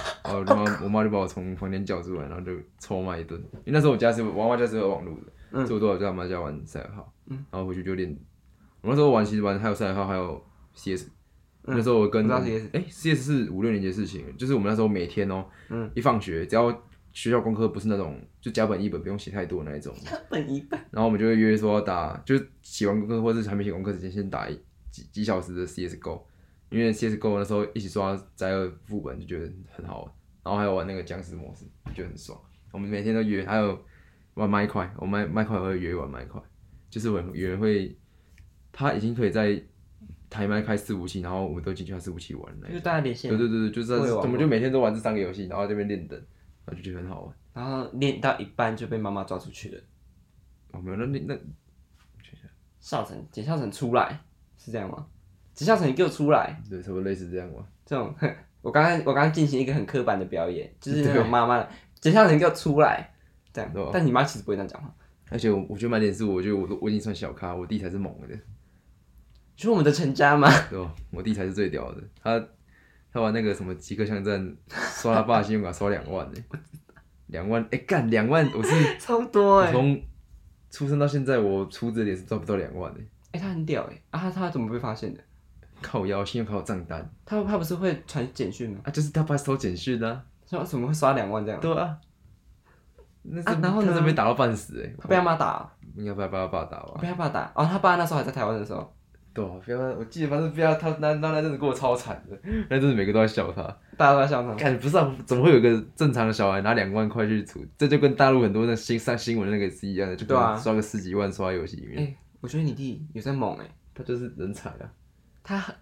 B: (laughs) 然后我妈我妈就把我从房间叫出来，然后就臭骂一顿。因为那时候我家是我妈家是有网络的，
A: 嗯
B: 所以我都有在我妈家玩赛尔号，然后回去就练。我那时候玩其实玩还有赛尔号，还有 CS。
A: 嗯
B: 那时候我
A: 我
B: 跟
A: 知道 CS
B: 哎 CS 是五六年级的事情，就是我们那时候每天哦，
A: 嗯
B: 一放学只要学校功课不是那种就甲本一本不用写太多的那一种，
A: 本一半。
B: 然后我们就会约说要打，就是写完功课或者是还没写功课之前，先打一几几小时的 CSGO，因为 CSGO 那时候一起刷灾厄副本就觉得很好玩，然后还有玩那个僵尸模式，觉得很爽。我们每天都约，还有玩麦块，我们麦块会约玩麦块，就是我有人会，他已经可以在台麦开四五七，然后我们都进去他四五七玩了
A: 就。大家连线，
B: 对对对，对就是
A: 我也玩
B: 在
A: 过
B: 我们就每天都玩这三个游戏，然后这边练等，然后就觉得很好玩。
A: 然后练到一半就被妈妈抓出去了，
B: 哦，没有，那那那
A: 笑成简笑成出来，是这样吗？简笑成你给我出来！
B: 对，差不多类似这样吧。
A: 这种，我刚刚我刚刚进行一个很刻板的表演，就是那种妈妈的简笑成你给我出来，这样
B: 对啊。
A: 但你妈其实不会这样讲话。
B: 而且我我觉得满点是，我觉得我我已经算小咖，我弟才是猛的， (laughs)
A: 就是我们的陈家吗？
B: 对吧？我弟才是最屌的，他他玩那个什么极客巷战，刷他爸的信用卡刷两万呢，两万哎干两万，我
A: (laughs)
B: 是
A: (laughs) 超多
B: 我
A: 哎、欸！
B: 从出生到现在，我出资也是赚不到两万呢，
A: 哎、他很屌哎、欸！啊，他他怎么被发现的？
B: 靠腰信用卡有账单
A: 他他不是会传简讯吗？
B: 啊，就是他爸收简讯啊，
A: 说怎么会刷两万这样？
B: 对啊，那是、
A: 啊然后呢
B: 他是被打到半死哎，
A: 他被他妈打啊、
B: 应该被他爸爸打吧？
A: 被他爸打哦。他爸那时候还在台湾的时候，
B: 对啊，不要我记得反正不要他那那那阵子过得超惨的，那阵子每个都在笑他。
A: 大家都在笑他。
B: 感不是、啊，怎么会有个正常的小孩拿两万块去出？这就跟大陆很多那新上新闻那个是一样的，就可
A: 对啊
B: 能刷个十几万刷游戏里
A: 哎、
B: 面，
A: 我觉得你弟有在猛哎、
B: 他就是人才啊，
A: 他很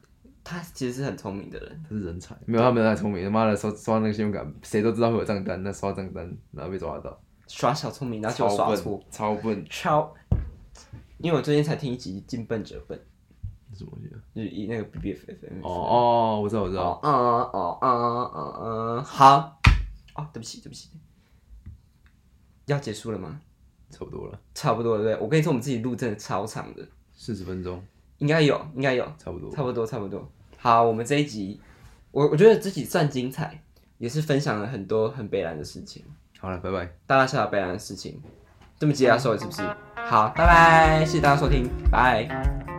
A: 他其实是很聪明的人，
B: 他是人才，没有他没有太聪明，他妈的刷刷那个信用卡，谁都知道会有账单，那刷账单然后被抓到，
A: 耍小聪明，然后就
B: 超
A: 耍
B: 笨
A: 错，，
B: 超笨，
A: 超。因为我最近才听一集《进笨者笨
B: 什么东西啊？》，
A: 就是以那个 B B F F M。
B: 哦哦，我知道我知道，
A: 哦嗯哦嗯嗯嗯，好。哦，对不起对不起，要结束了吗？
B: 差不多了，
A: 差不多了，对不对我跟你说，我们自己录真的超长的，
B: 四十分钟
A: 应该有，应该有，
B: 差不多，
A: 差不多差不多。好，我们这一集，我我觉得这集算精彩。也是分享了很多很悲凉的事情，
B: 好了，拜拜。
A: 大大小小悲凉的事情，这么急着要收尾是不是？好，拜拜，谢谢大家收听，拜。